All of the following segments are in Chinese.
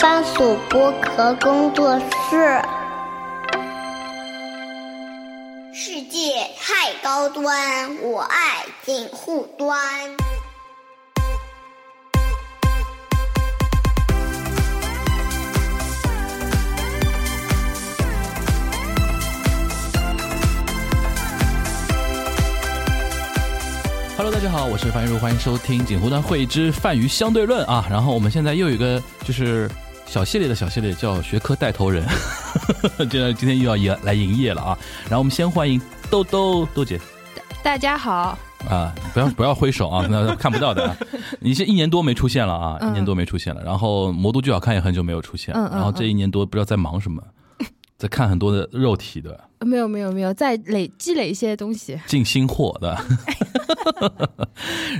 番薯剥壳工作室。世界太高端，我爱锦护端。 Hello，大家好，我是樊玉茹，欢迎收听《锦湖端会之泛娱相对论》啊。然后我们现在又有一个就是小系列的小系列，叫学科带头人， 这今天又要营来营业了啊。然后我们先欢迎豆豆豆姐大家好，啊，不要不要挥手啊，那看不到的、啊。你这一年多没出现了啊，嗯一年多没出现了。然后魔都剧好看也很久没有出现，嗯嗯然后这一年多不知道在忙什么，在看很多的肉体的。呃没有没有没有，再累积累一些东西。进新货的。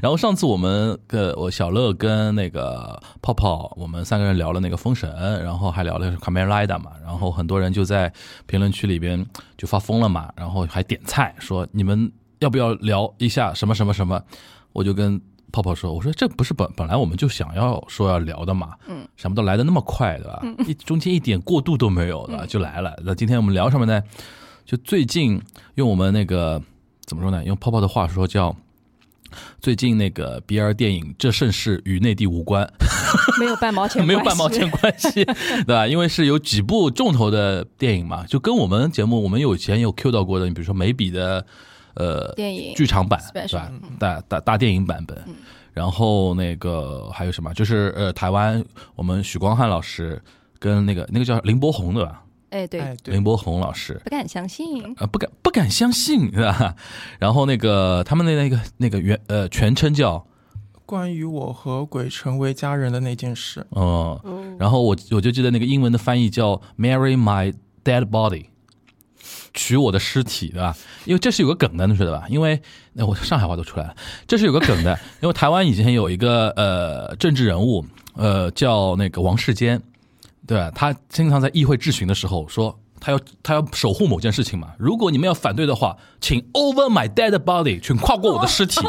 然后上次我们呃，我小乐跟那个泡泡，我们三个人聊了那个封神，然后还聊了卡梅拉的嘛，然后很多人就在评论区里边就发疯了嘛，然后还点菜说你们要不要聊一下什么什么什么，我就跟。泡泡说：“我说这不是本本来我们就想要说要聊的嘛，嗯，想不到来的那么快，对吧？一中间一点过渡都没有的就来了。那今天我们聊什么呢？就最近用我们那个怎么说呢？用泡泡的话说叫。最近那个 BL 电影《这盛世与内地无关没有半毛》钱，没有半毛钱。关系， 对吧？因为是有几部重头的电影嘛，就跟我们节目我们有以前有 Q 到过的，你比如说眉笔的呃电影剧场版 Special 对吧？大大大电影版本，然后那个还有什么？就是呃台湾我们许光汉老师跟那个那个叫林柏宏对吧？哎，对，哎，对林，柏宏老师，不敢相信。呃，不敢不敢相信，是吧？ 然后那个他们的那个那个原呃全称叫关于我和鬼成为家人的那件事，嗯，然后我我就记得那个英文的翻译叫 “Marry My Dead Body”，娶我的尸体，对吧？因为这是有个梗的，你知道吧？因为那、我上海话都出来了，这是有个梗的，因为台湾以前有一个呃政治人物，呃叫那个王世坚，对吧？他经常在议会质询的时候说。他要他要守护某件事情嘛？如果你们要反对的话，请 over my dead body，请跨过我的尸体。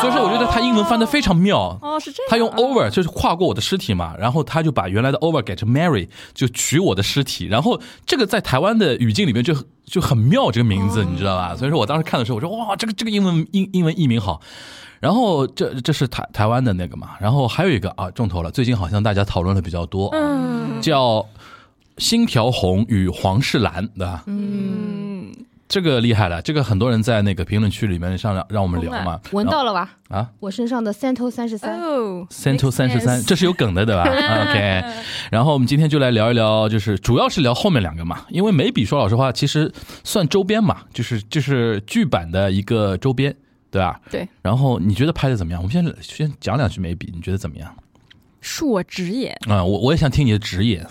所以说，我觉得他英文翻的非常妙，哦，是这样。他用 over 就是跨过我的尸体嘛，然后他就把原来的 over 改成 marry，就取我的尸体。然后这个在台湾的语境里面就很就很妙，这个名哦字你知道吧？所以说我当时看的时候，我说哇，这个这个英文英英文译名好。然后这这是台台湾的那个嘛，然后还有一个啊重头了，最近好像大家讨论的比较多，嗯，叫《星条红与黄世兰》对吧？嗯，这个厉害了，这个很多人在那个评论区里面上让让我们聊嘛，闻到了吧？然后啊。我身上的三头三十三，哦 c e n t r 三十三，这是有梗的，对 吧？OK，然后我们今天就来聊一聊，就是主要是聊后面两个嘛，因为眉笔说老实话，其实算周边嘛，就是就是剧版的一个周边，对吧？对。然后你觉得拍的怎么样？我们先先讲两句眉笔，你觉得怎么样？恕我直言，啊、我我也想听你的职业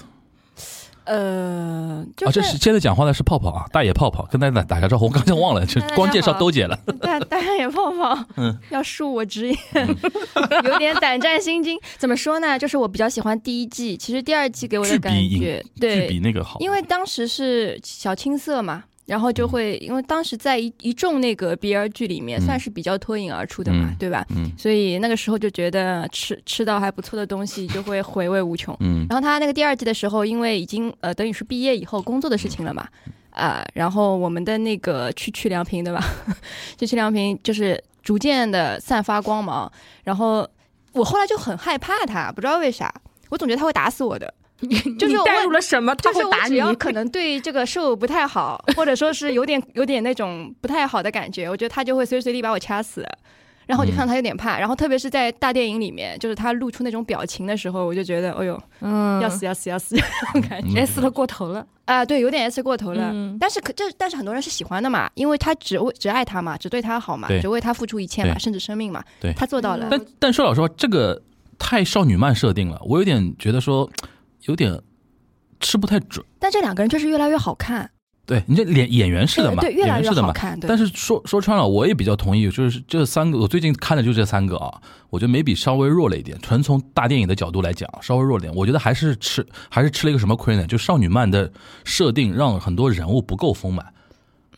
呃，啊，就是这是接着讲话的是泡泡啊，大野泡泡，跟大家打打个招呼，我刚才忘了，就大家光介绍好啊兜姐了。大 大家也泡泡，嗯，要恕我直言， 有点胆战心惊。怎么说呢？就是我比较喜欢第一季，其实第二季给我的剧感 比觉影，剧比对，那个好，嗯因为当时是小青涩嘛。然后就会，因为当时在一一众那个 BL 剧里面，嗯算是比较脱颖而出的嘛，嗯对吧？嗯所以那个时候就觉得吃吃到还不错的东西，就会回味无穷。嗯然后他那个第二季的时候，因为已经呃等于是毕业以后工作的事情了嘛，嗯啊、然后我们的那个区区良平对吧？ 区区良平就是逐渐的散发光芒，然后我后来就很害怕他，不知道为啥，我总觉得他会打死我的，就是你我带入了什么？他就会是我打只你。要可能对这个事物不太好，或者说是有点有点那种不太好的感觉，我觉得他就会随时随地把我掐死。然后我就看到他有点怕，然后特别是在大电影里面，就是他露出那种表情的时候，我就觉得，哎呦，嗯要死要死要死 那种感觉嗯，S 了过头了。啊！对，有点 S 过头了。嗯但是可这，但是很多人是喜欢的嘛，因为他只为只爱他嘛，只对嗯他好嘛对，只为他付出一切嘛，对甚至生命嘛。对他做到了。但但说老实话，这个太少女漫设定了，我有点觉得说有点吃不太准。但这两个人确实越来越好看，对你这演演员是的嘛，对，越来演员越是的好嘛。看。对但，是说说穿了，我也比较同意，就是这三个，我最近看的就这三个啊，我觉得眉笔稍微弱了一点。纯从大电影的角度来讲，稍微弱了一点。我觉得还是吃还是吃了一个什么亏呢？就少女漫的设定让很多人物不够丰满，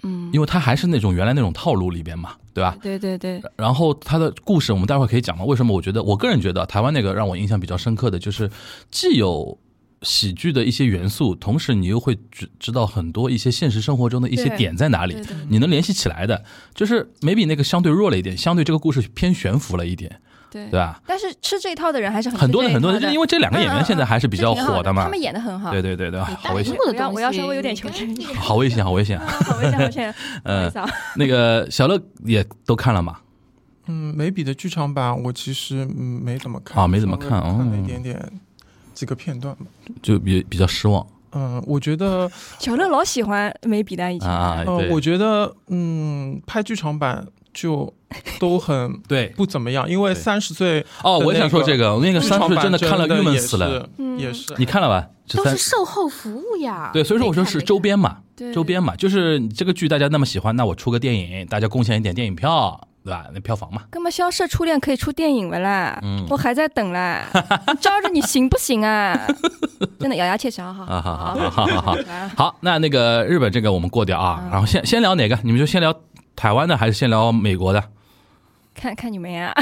嗯，因为它还是那种原来那种套路里边嘛，对吧？对对对，然后他的故事，我们待会儿可以讲嘛。为什么我觉得，我个人觉得台湾那个让我印象比较深刻的就是，既有喜剧的一些元素，同时你又会知知道很多一些现实生活中的一些对点在哪里对的，你能联系起来的，就是 maybe 那个相对弱了一点，相对这个故事偏悬浮了一点，对对。吧？但是吃这一套的人还是很多的的很多的，就因为为这两个演员嗯现在还是比较火的嘛他，们演的很好。对对对对，好危险，我我的要东我要西稍微有点求 知欲。好危险，好危险。好危险，好危险，不好意嗯，思啊。那个小乐也都看了嘛？嗯，眉笔的剧场版我其实嗯没怎么看啊没怎么稍微看哦看了一点点几个片段吧。就比比较失望嗯，我觉得，小乐老喜欢眉笔的，以前啊，呃，我对觉得，嗯，拍剧场版就都很对不怎么样，因为对三十岁哦，我想说这个，我那个剧三场岁版真的看了郁闷也死了，是嗯也是。你看了吧？这都三是售后服务呀。对，所以说我说没看是周。边嘛，对周边嘛，就是这个剧大家那么喜欢，那我出个电影，大家贡献一点电影票，对吧？那票房嘛，那么《萧瑟初恋》可以出电影了啦，嗯我还在等啦， 你招着你行不行啊？真的咬牙切齿，好好啊，好好好好好好好好来啊好，那那个日本这个我们过掉啊，然后先先聊哪个？你们就先聊台湾的，还是先聊美国的？看看你 们呀。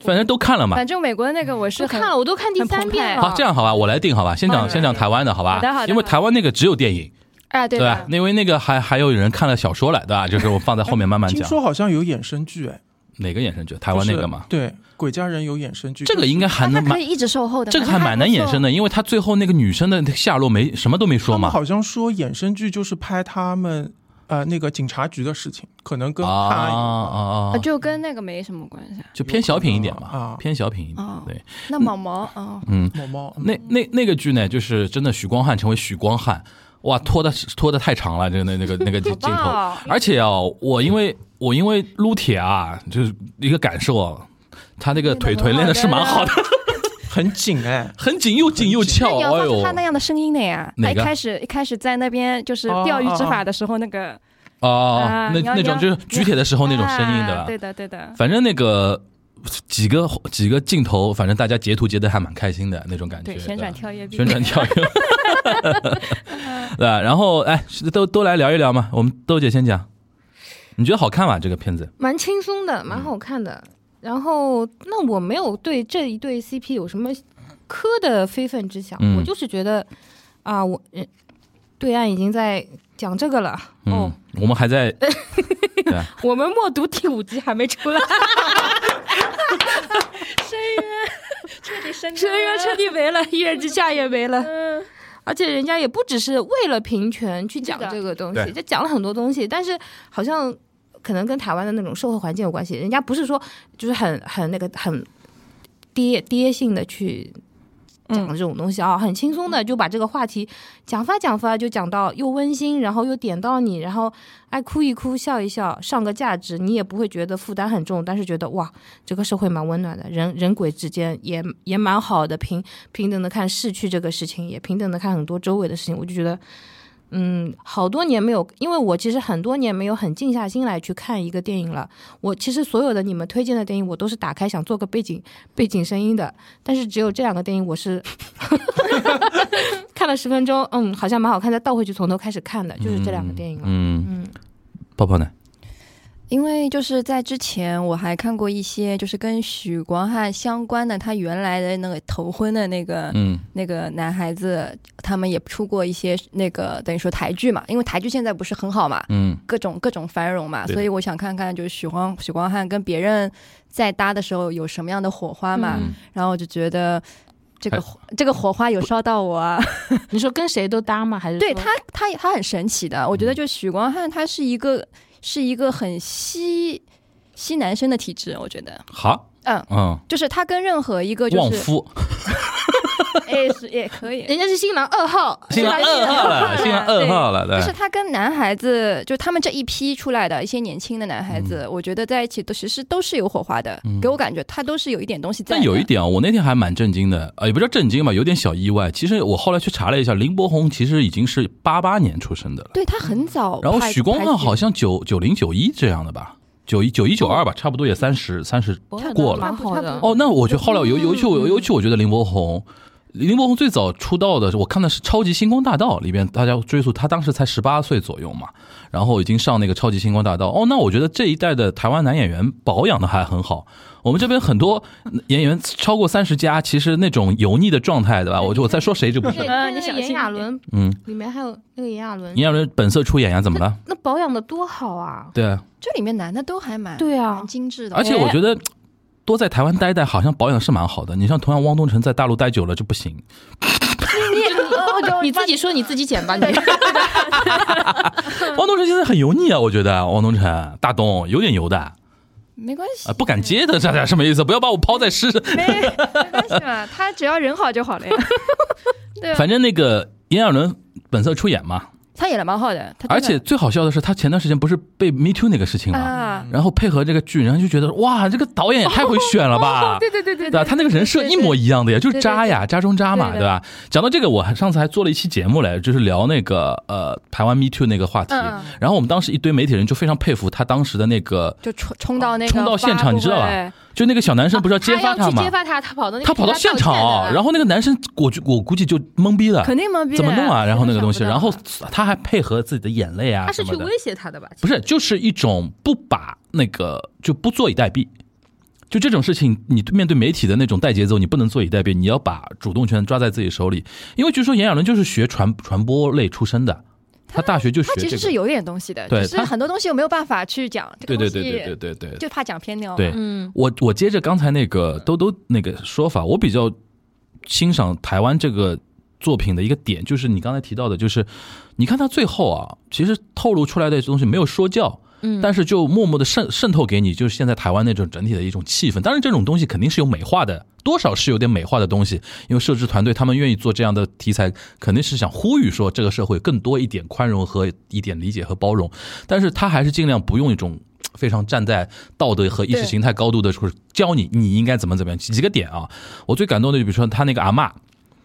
反正都看了嘛。反正美国的那个我是都很看了，我都看第很澎三遍湃了。好，这样好吧，我来定好吧，先好讲的先讲台湾的好吧好的好的，因为台湾那个只有电影，啊，对对吧吧？？因为那个还还有人看了小说了，对吧？就是我放在后面慢慢听讲。说好像有衍生剧，哎，哪个衍生剧？台湾那个嘛就，是对，鬼家人有衍生剧，这个应该还那能可蛮，以一直售后的嘛，这个还蛮难衍生的，因为他最后那个女生的那个下落没什么都没说他们嘛。好像说衍生剧就是拍他们呃那个警察局的事情，可能跟啊判案有啊关。啊啊，！就跟那个没什么关系啊。就偏小品一点有可能嘛啊，偏小品一点哦。对，那毛毛啊，嗯，猫猫嗯那那那个剧呢，就是真的许光汉成为许光汉，哇，拖的拖的太长了，这个那那个那个镜好头。棒哦而且啊，我因为我因为撸铁啊，就是一个感受啊，他那个腿腿练的是蛮好的，很紧哎，很紧又紧又那翘你，要哎发出呦他那样的声音的呀。哪他一个哦开始一开始在那边就是钓鱼执法的时候，那个啊啊，那你要那种你就要是举铁的时候那种声音，啊对对吧？的对的。反正那个。几个几个镜头，反正大家截图截的还蛮开心的那种感觉。对，旋转对跳跃臂，旋转跳跃， 对吧？然后哎，都都来聊一聊嘛。我们豆姐先讲，你觉得好看吗？这个片子？蛮轻松的，嗯蛮好看的。然后，那我没有对这一对 CP 有什么磕的非分之想，嗯我就是觉得啊、我嗯，对岸已经在讲这个了， 嗯，哦，我们还在对啊我们默读第五集还没出来，彻底伸深渊彻底没了， 一人之下也没了。嗯，而且人家也不只是为了平权去讲对的这个东对西，就讲了很多东西，但是好像可能跟台湾的那种社会环境有关系，人家不是说就是很很那个很爹爹性的去。讲这种东西啊，很轻松的就把这个话题讲发讲发，就讲到又温馨，然后又点到你，然后爱哎哭一哭，笑一笑，上个价值，你也不会觉得负担很重，但是觉得哇，这个社会蛮温暖的，人人鬼之间也也蛮好的，平平等的看逝去这个事情，也平等的看很多周围的事情，我就觉得。嗯，好多年没有，因为我其实很多年没有很静下心来去看一个电影了。我其实所有的你们推荐的电影，我都是打开想做个背景背景声音的，但是只有这两个电影我是 看了十分钟，嗯，好像蛮好看，再倒回去从头开始看的， 就是这两个电影了。嗯，嗯，泡泡呢？因为就是在之前我还看过一些就是跟许光汉相关的，他原来的那个头婚的那个、嗯那个男孩子，他们也出过一些那个等于说台剧嘛，因为台剧现在不是很好嘛，嗯各种各种繁荣嘛，对的所以我想看看就是许光许光汉跟别人在搭的时候有什么样的火花嘛，嗯然后我就觉得。这还个火这个火花有烧到我、啊，你说跟谁都搭吗？还是对说他，他他很神奇的。我觉得嗯就许光汉，他是一个是一个很吸吸男生的体质，我觉得，好，嗯，嗯，就是他跟任何一个就旺是，夫， 哎，是也可以，人家 是新郎二号，新郎二号了，新郎二号了，就对是，他跟男孩子，就他们这一批出来的一些年轻的男孩子，嗯我觉得在一起都其实都是有火花的，给我感觉他都是有一点东西在的。但有一点啊，我那天还蛮震惊的，呃，也不叫震惊吧，有点小意外。其实我后来去查了一下，林柏宏其实已经是八八年出生的了，对他很早拍，嗯然后许光汉好拍像九九零九一这样的吧，九一九一九二吧，差不多也三十三十我看过了。到蛮好的嗯哦，那我觉得后来尤尤其我尤其我觉得林柏宏林柏宏最早出道的，我看的是《超级星光大道》里边，大家追溯他当时才十八岁左右嘛，然后已经上那个《超级星光大道》。哦，那我觉得这一代的台湾男演员保养的还很好。我们这边很多演员超过三十加，其实那种油腻的状态，对吧？我就我在说谁这不是对，？啊那你个小炎心亚一点纶嗯，里面还有那个炎亚纶，炎亚纶本色出演呀，怎么了？那保养的多好啊！对啊，这里面男的都还蛮对啊蛮，精致的，而且我觉得多在台湾待待，好像保养是蛮好的。你像同样汪东城在大陆待久了就不行， 你自己说你自己 剪吧，你 汪东城现在很油腻啊啊，我觉得汪东城、大东有点油的啊、没关系，不敢接的，这这什么意思？不要把我抛在尸 身。没没关系嘛，他只要人好就好了呀。 对啊，反正那个炎亚纶本色出演嘛，他演的蛮好的，他真的而且最好笑的是，他前段时间不是被 Me Too 那个事情嘛，啊，然后配合这个剧，然后就觉得哇，这个导演也太会选了 吧。对对对对啊对吧？他那个人设一模一样的呀，就是渣呀，渣中渣嘛，对的对吧？讲到这个，我还上次还做了一期节目来，就是聊那个呃台湾 Me Too 那个话题。嗯嗯然后我们当时一堆媒体人就非常佩服他当时的那个，就冲冲到那个冲到现场啊发布你知道吧会哎就那个小男啊生不是要揭发他要去吗揭？发他，他跑到那个他跑到现场啊，然后后那个男生，我就我估计就懵逼了，肯定懵逼，怎么弄啊？然后那个东西，真的然想不后到他还配合自己的眼泪啊他什是么去的。威胁他的吧？不是，就是一种不把那个就不坐以待毙。就这种事情，你面对媒体的那种带节奏，你不能坐以待毙，你要把主动权抓在自己手里。因为据说炎亚纶就是学传传播类出身的，他大学就学他其这实是个。有点东西的，对只是他很多东西我没有办法去讲，这对个对对东对对西对对就怕讲偏掉，对，，嗯，我我接着刚才那个兜兜那个说法，我比较欣赏台湾这个作品的一个点，就是你刚才提到的，就是你看他最后啊，其实透露出来的东西没有说教。嗯但是就默默的渗渗透给你，就是现在台湾那种整体的一种气氛。当然，这种东西肯定是有美化的，多少是有点美化的东西。因为摄制团队他们愿意做这样的题材，肯定是想呼吁说这个社会更多一点宽容和一点理解和包容。但是他还是尽量不用一种呃非常站在道德和意识对形态高度的说教你你应该怎么怎么样几几个点啊。我最感动的就比如说他那个阿嬷，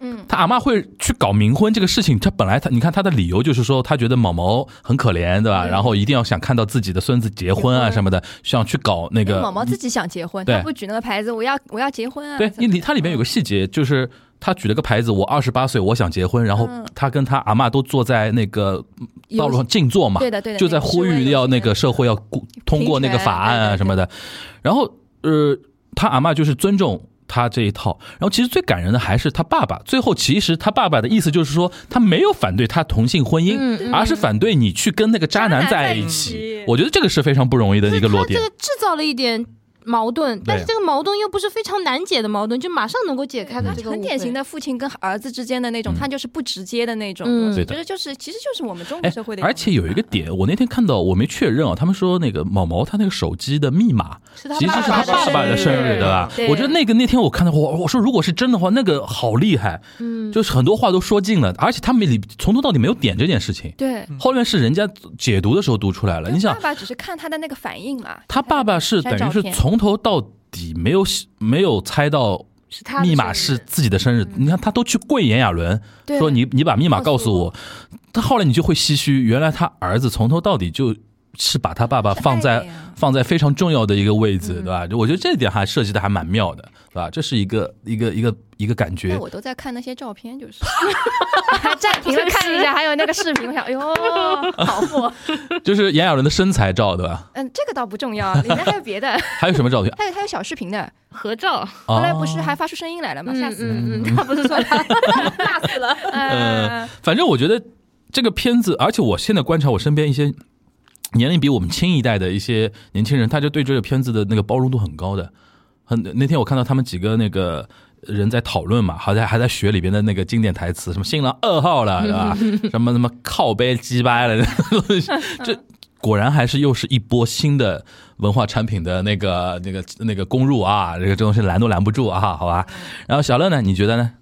嗯，他阿嬷会去搞冥婚这个事情，他本来他你看他的理由就是说他觉得毛毛很可怜，对吧？然后一定要想看到自己的孙子结婚啊什么的，想去搞那因为个嗯毛毛自己想结婚，对他不举那个牌子，我要我要结婚 啊，对，怎么你里它里面有个细节，就是他举了个牌子，我二十八岁，我想结婚，然后嗯他跟他阿嬷都坐在那个道路上静坐嘛，对的对的就在呼吁要那个社会要过通过那个法案啊啊平权什么的，然后呃，他阿嬷就是尊重。他这一套，然后其实最感人的还是他爸爸。最后，其实他爸爸的意思就是说，他没有反对他同性婚姻，而是反对你去跟那个渣男在一起。我觉得这个是非常不容易的一个落这点啊个。制造了一点矛盾，但是这个矛盾又不是非常难解的矛盾，就马上能够解开嗯的这个很典型的。的父亲跟儿子之间的那种，他就是不直接的那种嗯东西，对我的觉得就是其实就是我们中国哎社会的，一种，而且有一个点，我那天看到我没确认啊，他们说那个毛毛他那个手机的密码他其实是他爸爸的爸爸的生生日，日对吧？对我觉得那个那天我看到我我说如果是真的话，那个好厉害，嗯，就是很多话都说尽了，而且他们里从头到底没有点这件事情，对，后面是人家解读的时候读出来了。你想爸，爸只是看他的那个反应嘛，他爸爸是等于是拍照片从头到底没有没有猜到是他的密码生是日自己的生日，你看他都去跪炎亚纶，嗯对说你你把密码告诉告我。他后来你就会唏嘘，原来他儿子从头到底就是把他爸爸放是爱在的呀放在非常重要的一个位嗯置，对吧？我觉得这一点还设计的还蛮妙的，对吧？这是一个一个一个一个感觉那。我都在看那些照片，就是 还暂停了 看一下，还有那个视频，我想，哎呦，好 货。就是炎亚纶的身材照，对吧？嗯，这个倒不重要，里面还有别的，还有什么照片？还有还有小视频的。合照，后来哦不是还发出声音来了嘛，吓死了。嗯嗯嗯，他不是说 他吓死了，呃，反正我觉得这个片子，而且我现在观察我身边一些年龄比我们轻一代的一些年轻人，他就对这个片子的那个包容度很高的。很那天我看到他们几个那个人在讨论嘛，好像还在学里边的那个经典台词，什么“新郎二号了”，对吧？什么什么靠背鸡掰了， 这果然还是又是一波新的文化产品的那个那个那个攻入啊，这个这东西拦都拦不住啊，好吧？然后小乐呢，你觉得呢？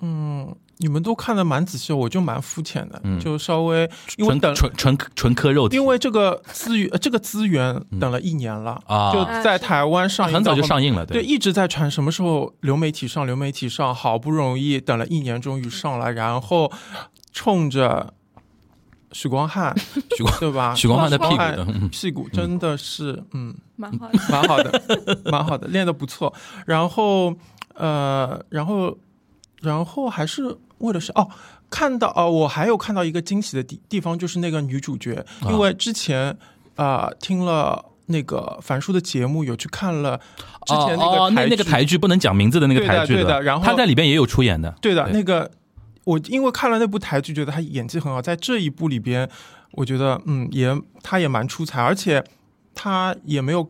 嗯，你们都看的蛮仔细，我就蛮肤浅的，嗯就稍微因为纯等，纯纯纯磕肉体，因为这个资源，呃这个资源等了一年了，啊就在台湾上映、很早就上。映了，对，，一直在传什么时候流媒体上，流媒体上，好不容易等了一年，终于上了，然后冲着许光汉， 许光对吧？许光汉的屁股光的，嗯屁股真的是，嗯，蛮好的， 蛮好的，蛮好的，练得不错。然后呃，然后然后还是为了是哦，看到哦，我还有看到一个惊喜的地地方，就是那个女主角，因为之前啊、呃听了那个樊叔的节目，有去看了之前那哦个哦那剧，那个台剧不能讲名字的那个对的台剧对的然后他在里边也有出演的，对的对那个，我因为看了那部台剧，觉得她演技很好，在这一部里边，我觉得嗯，也她也蛮出彩，而且她也没有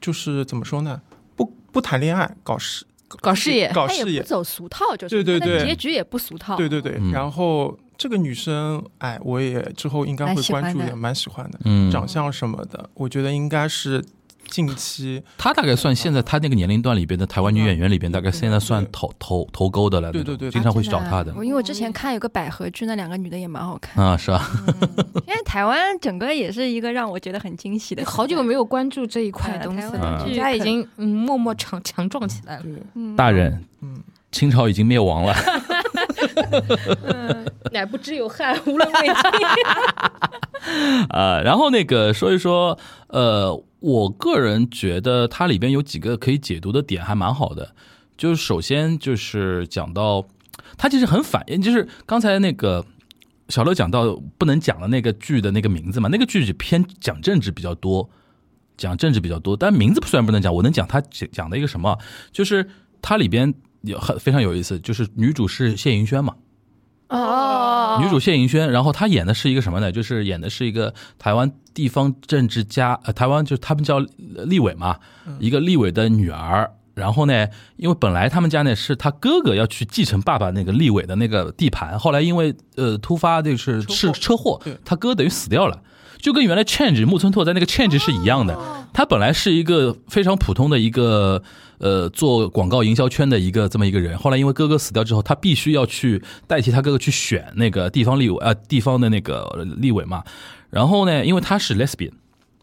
就是怎么说呢，不不谈恋爱，搞事搞事业，搞他也事业不，走俗套，就是对对他的对结局也不俗套，对对对，嗯然后这个女生，哎，我也之后应该会关蛮喜注欢的，的蛮喜欢的，嗯，长相什么的，我觉得应该是近期，他大概算现在他那个年龄段里边的台湾女演员里边，大概现在算对头头头钩的了，对那种对对经常会去找他的啊我因为我之前看有个百合剧，那两个女的也蛮好看。啊，是吧？因为台湾整个也是一个让我觉得很惊喜的时代，好久没有关注这一块东西台湾了，剧人家已经嗯默默强 强壮起来了。对，嗯大人，嗯，清朝已经灭亡了，嗯乃不知有汉，无论魏晋。 呃，然后那个说一说，呃，我个人觉得它里边有几个可以解读的点还蛮好的，就是首先就是讲到，它其实很反映，就是刚才那个。小乐讲到不能讲的那个剧的那个名字嘛，那个剧就偏讲政治比较多，讲政治比较多，但名字虽然不能讲，我能讲它讲讲的一个什么，就是它里边有很非常有意思，就是女主是谢盈萱嘛，哦哦，女主谢盈萱，然后她演的是一个什么呢？就是演的是一个台湾地方政治家，呃，台湾就是他们叫呃立委嘛，一个立委的女儿。然后呢，因为本来他们家呢是他哥哥要去继承爸爸那个立委的那个地盘，后来因为呃突发就是车祸是车祸对，他哥等于死掉了。就跟原来 Change 木村拓哉那个 Change 哦是一样的，他本来是一个非常普通的一个呃做广告营销圈的一个这么一个人，后来因为哥哥死掉之后，他必须要去代替他哥哥去选那个地方立委呃地方的那个立委嘛，然后呢，因为他是 lesbian，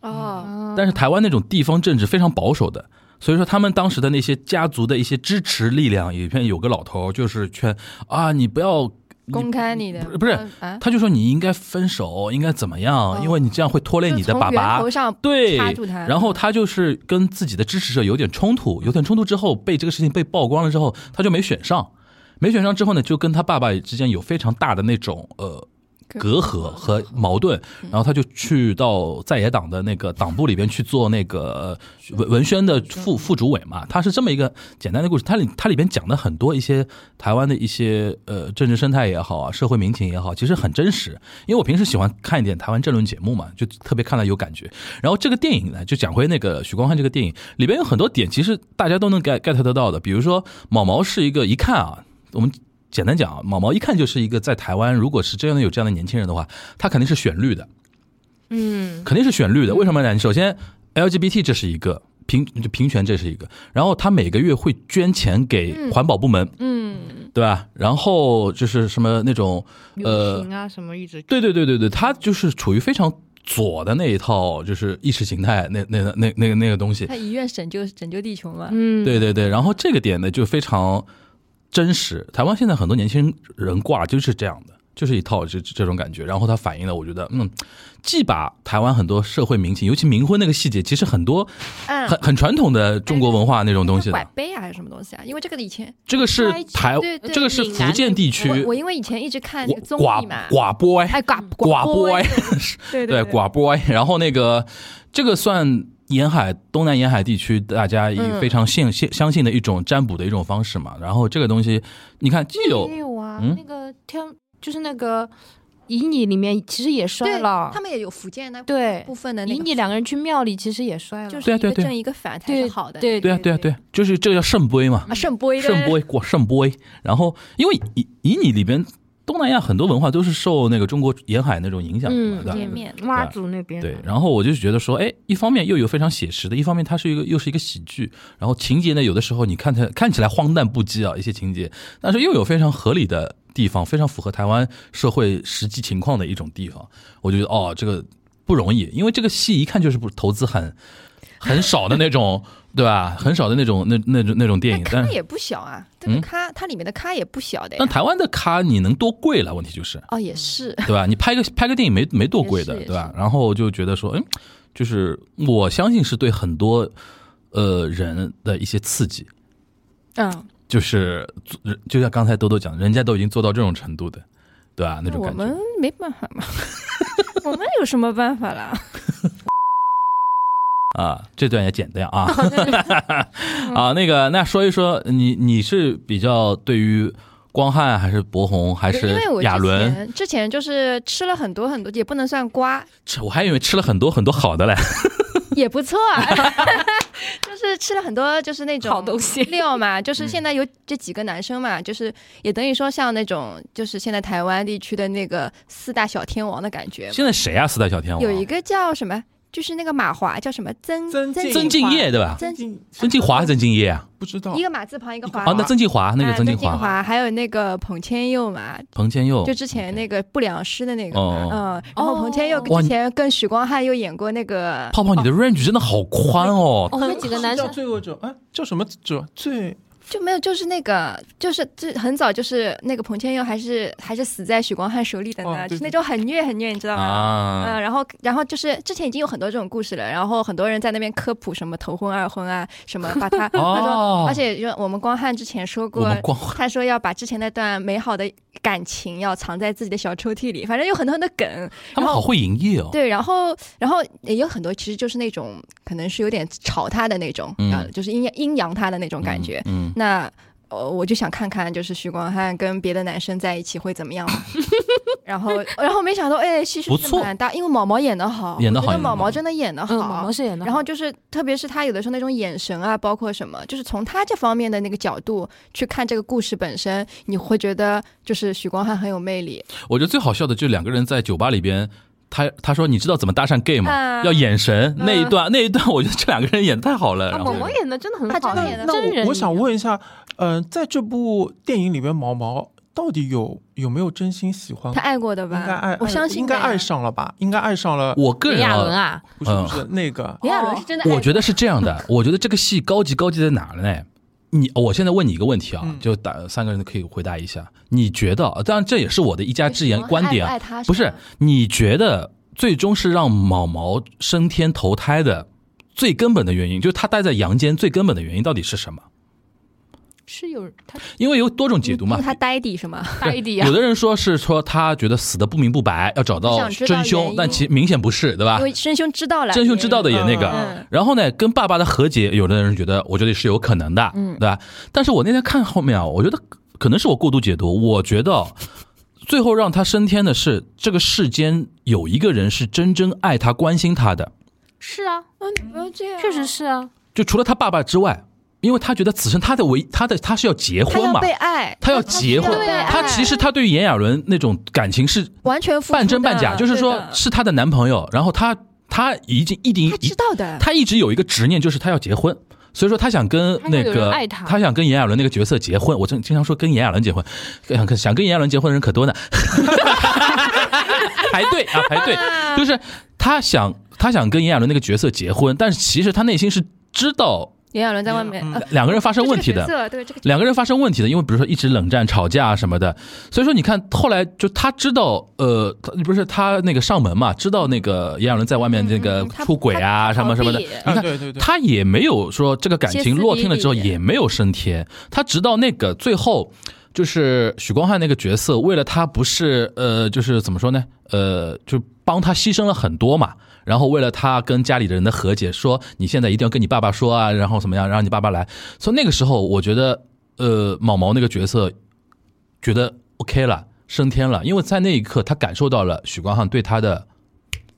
哦，但是台湾那种地方政治非常保守的，所以说他们当时的那些家族的一些支持力量里边有个老头儿就是劝啊，你不要公开你的不是不是啊，他就说你应该分手，应该怎么样，因为你这样会拖累你的爸嗯就从源爸头。上对插住他，然后他就是跟自己的支持者有点冲突，有点冲突之后被这个事情被曝光了之后，他就没选上，没选上之后呢，就跟他爸爸之间有非常大的那种呃隔阂嗯和矛盾，然后他就去到在野党的那个党部里边去做那个呃文文宣的副副主委嘛，他是这么一个简单的故事，它里它里边讲的很多一些台湾的一些呃政治生态也好啊，社会民情也好，其实很真实。因为我平时喜欢看一点台湾政论节目嘛，就特别看了有感觉。然后这个电影呢，就讲回那个许光汉这个电影里边有很多点，其实大家都能 get get 得到的，比如说毛毛是一个一看啊，我们。简单讲啊，毛毛一看就是一个在台湾，如果是真的有这样的年轻人的话，他肯定是选绿的，嗯，肯定是选绿的。为什么呢？首先，LGBT 这是一个平就平权，这是一个。然后他每个月会捐钱给环保部门，嗯，对吧？然后就是什么那种友呃情，啊什么一直对对对对对，他就是处于非常左的那一套，就是意识形态那那那那那个那个东西。他遗愿拯救拯救地球嘛，嗯对对对，然后这个点呢就非常真实。台湾现在很多年轻人挂就是这样的，就是一套这这这种感觉。然后它反映了，我觉得嗯，既把台湾很多社会民情，尤其冥婚那个细节，其实很多嗯很很传统的中国文化那种东西拐的。杯啊还是什么东西啊？因为这个以前这个是拐台对，对这个是闽福南建地区我我因为以前一直看那个综寡艺嘛，寡播哎哎寡 寡播播哎，对对寡寡播，哎然后那个这个算沿海东南沿海地区大家一嗯非常信信相信的一种占卜的一种方式嘛。然后这个东西，你看既有也有啊，嗯那个天就是那个乙女里面其实也摔对了他，们也有福建那对部，分的那乙个，女两个人去庙里其实也摔了，就是对啊一对啊个对啊正一个反才对是好的，对对啊对啊对啊，就是这个叫圣杯嘛，啊圣杯圣杯过圣杯。然后因为以以你里边东南亚很多文化都是受那个中国沿海那种影响的嘛嗯，对吧见面妈祖那边对，然后我就觉得说，哎，一方面又有非常写实的，一方面它是一个又是一个喜剧，然后情节呢，有的时候你看起来看起来荒诞不羁啊，一些情节，但是又有非常合理的地方，非常符合台湾社会实际情况的一种地方，我就觉得哦，这个不容易，因为这个戏一看就是不投资很很少的那种，对吧？很少的那种那那种那种电但影，嗯但咖也不小啊，这个咖它里面的咖也不小的呀但，台湾的咖你能多贵了？问题就是。哦也是， 对吧？你拍个拍个电影没没多贵的也，是对吧？然后就觉得说，嗯，就是我相信是对很多呃人的一些刺激，嗯，就是就像刚才豆豆讲，人家都已经做到这种程度的，对吧、那种我感们觉。没办法嘛， 我们有什么办法啦？啊，这段也剪掉 啊。哦啊，那个，那说一说你你是比较对于光汉还是博宏 还因是为我之亚伦？前之前就是吃了很多很多，也不能算瓜，吃我还以为吃了很多很多好的嘞。也不错，啊 就是吃了很多就是那种好 东西料嘛，嗯就是现在有这几个男生嘛，就是也等于说像那种就是现在台湾地区的那个四大小天王的感觉嘛，现在谁啊？四大小天王有一个叫什么，就是那个马华叫什么曾曾静曾敬业对吧？曾进曾敬华还是曾敬业啊？不知道一个马字旁一个华，哦，那曾敬华，那哎个曾敬华，华，还有那个彭千佑嘛，彭千佑就，之前那个不良师的那个哦嘛，嗯，然后彭千佑哇之前跟许光汉又演过那个泡泡，你的 range 真的好宽哦。哦，那几个男叫生罪恶者，哎，叫什么者？罪就没有，就是那个，就是这很早，就是那个彭千佑还是还是死在许光汉手里的呢，哦对就是那种很虐很虐，你知道吗？嗯、啊，然后然后就是之前已经有很多这种故事了，然后很多人在那边科普什么头婚二婚啊，什么 把 他，他哦说，而且就我们光汉之前说我过们。光他说要把之前那段美好的感情要藏在自己的小抽屉里，反正有很多很多梗。他们好会营业哦。对，然后然后也有很多其实就是那种可能是有点吵他的那种，嗯啊，就是阴阳阴阳他的那种感觉。嗯，那呃，我就想看看，就是许光汉跟别的男生在一起会怎么样嘛。 然后，然后没想到，哎，戏不剧是错蛮大，因为毛毛演的好，演得我好觉得演得毛好毛真的演的好。嗯，毛毛是演的好，然后就是，特别是他有的时候那种眼神啊，包括什么，就是从他这方面的那个角度去看这个故事本身，你会觉得就是许光汉很有魅力。我觉得最好笑的就是两个人在酒吧里边，他他说你知道怎么搭讪 gay 吗？啊要眼神那一段那一段， 我觉得这两个人演的太好了。啊，然毛后毛演的真的很他好，真的演得那真人我我想一样问一下，嗯，在这部电影里边，毛毛到底有有没有真心喜欢他？爱过的应该吧爱，？我爱相信应该的呀爱。上了吧？应该爱上了，我个炎人亚纶啊，啊，哦不是不是那个炎亚纶是真的哎爱我觉得是这样的，我觉得这个戏高级高级在哪儿呢？你我现在问你一个问题啊，嗯就打三个人可以回答一下。你觉得，啊当然这也是我的一家之言许光汉观点爱啊，爱他不是是吧？你觉得最终是让毛毛升天投胎的最根本的原因，就是他待在阳间最根本的原因到底是什么？是有他因为有多种解读嘛嗯因为。他呆底是吗？大一点啊有的人说是说他觉得死的不明不白，要找到想知道真原凶，因但其明显不是，对吧因？为真凶知道了，真凶啊知道的也那个。嗯然后呢，跟爸爸的和解，有的人觉得，我觉得是有可能的，嗯对吧？但是我那天看后面啊，我觉得可能是我过度解读，我觉得哦最后让他升天的是这个世间有一个人是真正爱他、关心他的，是啊，嗯，不要这样确实是啊，就除了他爸爸之外，因为他觉得此生他的唯他的他是要结他婚要嘛。被爱，哦他要结婚他需要被，啊爱他其实他对于炎亚纶那种感情是完全付出的半真半假，就是对说的是她的男朋友，然后她她已经一定他知道的，她一直有一个执念，就是她要结婚，所以说她想跟她那要有个人爱她她想跟炎亚纶那个角色结婚。我经经常说跟炎亚纶结婚，想跟想跟炎亚纶结婚的人可多呢， 排队啊排队，就是她想她想跟炎亚纶那个角色结婚，但是其实她内心是知道炎亚纶在外面嗯呃两个人发生问题的，就这个角色对这个两个人发生问题的，因为比如说一直冷战、吵架啊什么的，所以说你看后来就他知道，呃，他不是他那个上门嘛，知道那个炎亚纶在外面那个嗯嗯他出轨啊什么什么的，逃避你啊，看。对对对，他也没有说这个感歇斯底情里落听了之后也没有升天，他直到那个最后，就是许光汉那个角色，为了他不是呃，就是怎么说呢，呃，就帮他牺牲了很多嘛。然后为了他跟家里的人的和解，说你现在一定要跟你爸爸说啊，然后怎么样，让你爸爸来。所以那个时候，我觉得呃，毛毛那个角色觉得 OK 了，升天了，因为在那一刻他感受到了许光汉对他的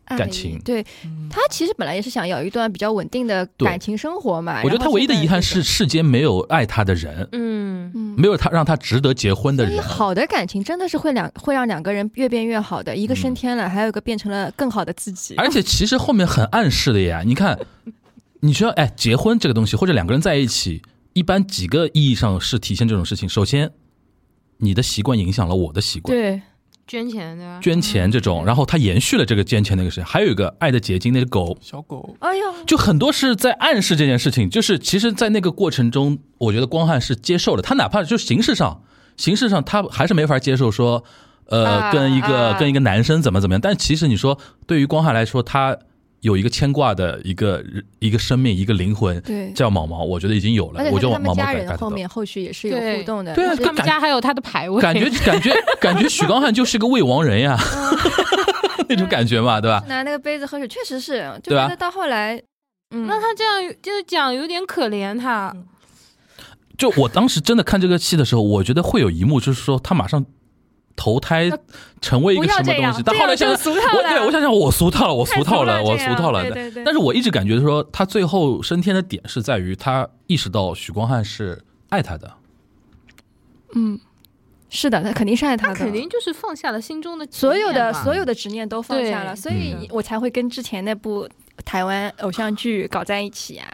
爱感情对他其实本来也是想要一段比较稳定的对感情生活嘛。我觉得他然后唯一现的在遗憾，就是世间没有爱他的人，嗯，嗯。没有他让他值得结婚的所以人。好的感情真的是会两会让两个人越变越好的，一个升天了，还有一个变成了更好的自己。而且其实后面很暗示的呀，你看，你知道，哎，结婚这个东西，或者两个人在一起，一般几个意义上是体现这种事情。首先，你的习惯影响了我的习惯，对，嗯捐钱对吧？捐钱这种，然后他延续了这个捐钱那个事情。还有一个爱的结晶，那个狗，小狗哎呀，就很多是在暗示这件事情。就是其实，在那个过程中，我觉得光汉是接受了，他哪怕就形式上，形式上他还是没法接受说，呃，啊跟一个、啊跟一个男生怎么怎么样。但其实你说，对于光汉来说，他有一个牵挂的一个一个生命一个灵魂对，叫毛毛，我觉得已经有了而，且我他就跟他毛们毛家 get 人 get 到。后面后续也是有对互动的，对啊就是他们家还有他的牌位，感 觉感觉感觉许光汉就是个未亡 人呀， 那种感觉嘛，对吧？拿那个杯子喝水，确实是，就对啊吧觉得到后来，嗯，那他这样就是讲有点可怜他，嗯就我当时真的看这个戏的时候，我觉得会有一幕，就是说他马上投胎成为一不个要什么这东样西，，这但后来样想就想，俗套我对我了。想想，我俗套了，我太俗套俗了我这俗样套了。对对对但是我一直感觉说，他最后升天的点是在于他意识到许光汉是爱他的，嗯，是的，他肯定是爱他他的，肯定就是放下了心中的所有的所有有的执念都放下了，对所以嗯我才会跟之前那部台湾偶像剧搞在一起啊。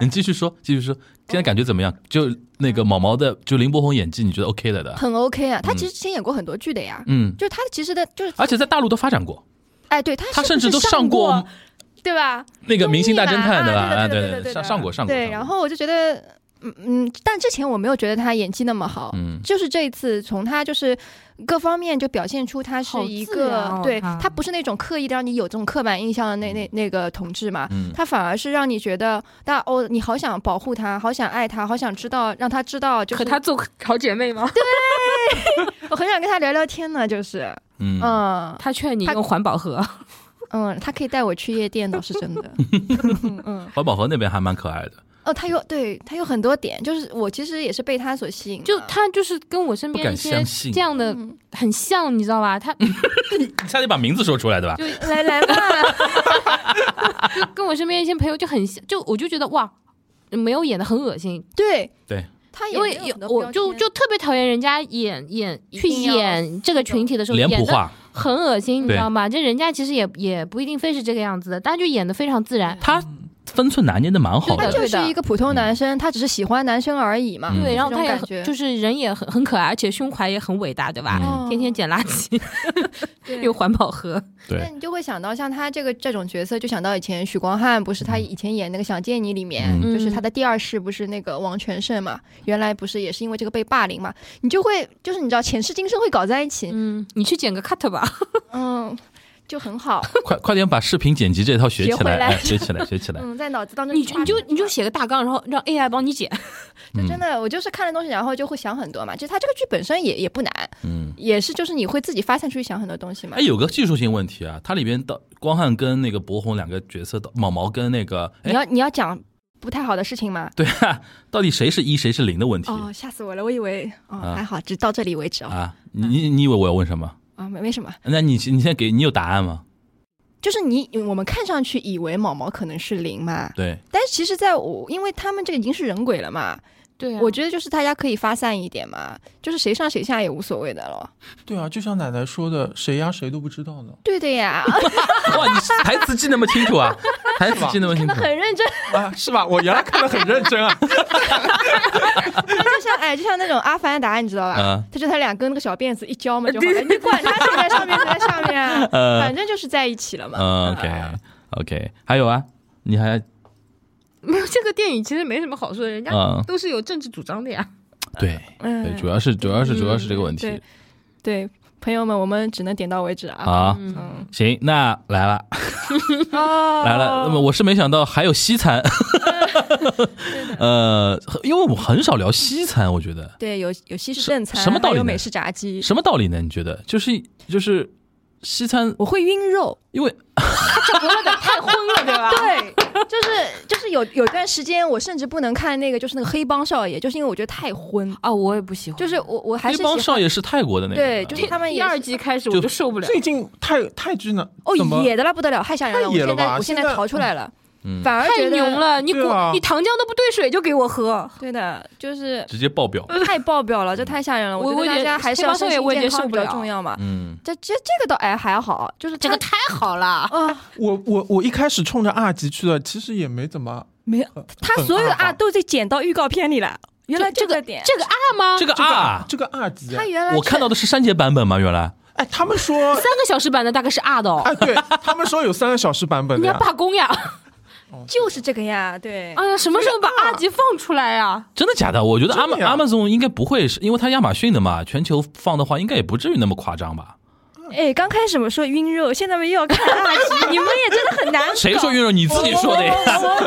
你继续说，继续说，现在感觉怎么样？就那个毛毛的，就林柏宏演技，你觉得 OK 的的？很 OK 啊，他嗯其实之前演过很多剧的呀，嗯，就是他其实的，就是而且在大陆都发展过，哎，对他他甚甚至都上过对吧？那个《明星大侦探》综艺吧？嘛啊啊，对对对对对对，对上上过上过。对，上过然后我就觉得，嗯嗯，但之前我没有觉得他演技那么好，嗯就是这一次从他就是各方面就表现出他是好一自个，然哦对他他不是那种刻意的让你有这种刻板印象的那那那个同志嘛，嗯他反而是让你觉得，那哦，你好想保护他，好想爱他，好想知道，让他知道，就是可她做好姐 妹吗？我很想跟他聊聊天呢，就是，嗯，嗯她劝你她用环保盒，嗯，他可以带我去夜店，倒是 真的，嗯，环保盒那边还蛮可爱的，哦，他有对他有很多点，就是我其实也是被他所吸引的， 就她就是跟我身不边敢一相些信这样的嗯很像，你知 道吧？她你差点把名字说出来，对吧？来来 吧，就跟我身边一些朋友就很像，就我就觉得哇，没有演的很恶心，对对，他也因为没有有很多我就标签就特别讨厌人家演演一去定要演这个群体的时候脸演谱的化，很恶心，你知对道吗？这人家其实也也不一定非是这个样子的，但就演的非常自嗯然。他分寸拿捏的蛮好他对的，的就是一个普通男生，他只是喜欢男生而已嘛，嗯对，然后这他种也感很觉就是人也很很可爱，而且胸怀也很伟大，对吧？嗯天天捡垃圾，哦对又环保盒，对那你就会想到像他这个这种角色，就想到以前许光汉不是嗯他以前演那个《想见你》里面，嗯就是他的第二世不是那个王全胜嘛，原来不是也是因为这个被霸凌嘛，你就会就是你知道前世今生会搞在一起，嗯，你去捡个 cut 吧，嗯，就很 好，快快点把视频剪辑这套学起学回来，来哎学起来，学起来。嗯，在脑子当中你就抓你就住你就嗯写个大纲，然后让 AI 帮你剪。 就嗯真的我就是看了东西，然后就会想很多嘛，就他这个剧本身也也不难，嗯，也是就是你会自己发散出去想很多东西嘛哎，，有个技术性问题啊，它里边的光汉跟那个博宏两个角色，毛毛跟那个，你哎，要你要讲不太好的事情吗？对啊，到底谁是一谁是零的问题哦，吓死我了！我以为哦啊，还好，只到这里为止哦。啊？你你你以为我要问什么？啊，没没什么，那你你现在给你有答案吗？就是你我们看上去以为毛毛可能是零嘛，对，但是其实在我因为他们这个已经是人鬼了嘛，对啊，我觉得就是大家可以发散一点嘛，就是谁上谁下也无所谓的了。对啊，就像奶奶说的，谁压谁都不知道呢。对的呀， 哇，你台词记那么清楚啊？ 台词记那么清楚， 很认真，啊，是吧？我原来看的很认 真啊。就像哎，就像那种阿凡达，你知道吧？嗯他就他俩跟那个小辫子一交嘛就好 了，你管他谁在上面谁在下面啊，呃反正就是在一起了嘛。嗯啊，OK OK，还有啊，你还没有这个电影其实没什么好说的，人家嗯，都是有政治主张的 呀。对呃对，嗯主，要是主要是主要是这个问对题对，朋友们，我们只能点到为止啊。啊。嗯，嗯，行，那来了哦来了，那么我是没想到还有西 餐，呃，因为我们很少聊西餐，我觉得对，有有西式什正餐，什么道理还有呢美式炸鸡，什么道理呢？你觉得就是就是西餐，我会晕肉。因为太昏了，对啊吧？对，就是就是有有段时间，我甚至不能看那个，就是那个黑帮少爷，就是因为我觉得太昏。 啊，我也不喜欢。就是我我还黑是喜帮欢少爷是泰国的那个，对，就是他们第也是二集开始就我就受不了，最近泰泰剧呢？哦怎么野的了不得了，太吓人太我野了现在吧我现在现在逃出来了，嗯反而太觉得牛。了！你对果、啊你糖浆都不兑水就给我喝，对的，就是直接爆表，太爆表了，这太吓人了。我觉我得也大家还是要黑帮少身爷体我也健接受康比不较了重要嘛。嗯这这这个倒哎还好，就是这他个太好了。啊，我我我一开始冲着二级去的，其实也没怎么没有很。他很所有的二啊吧都得剪到预告片里来，原来这个个点，这个啊吗？这个这个啊，这个二级，他原来我看到的是删节版本吗？原来哎，他们说，三个小时版的大概是啊的哦，哎，对他们说有三个小时版本人的家呀，罢工呀！就是这个呀，对，哎呀，什么时候把阿吉放出来啊呀？真的假的？我觉得阿真的呀 Amazon 应该不会是，因为它亚马逊的嘛，全球放的话，应该也不至于那么夸张吧？哎，刚开始我说晕热，现在我们又要看二级，你们也真的很难搞。谁说晕肉？你自己说的呀，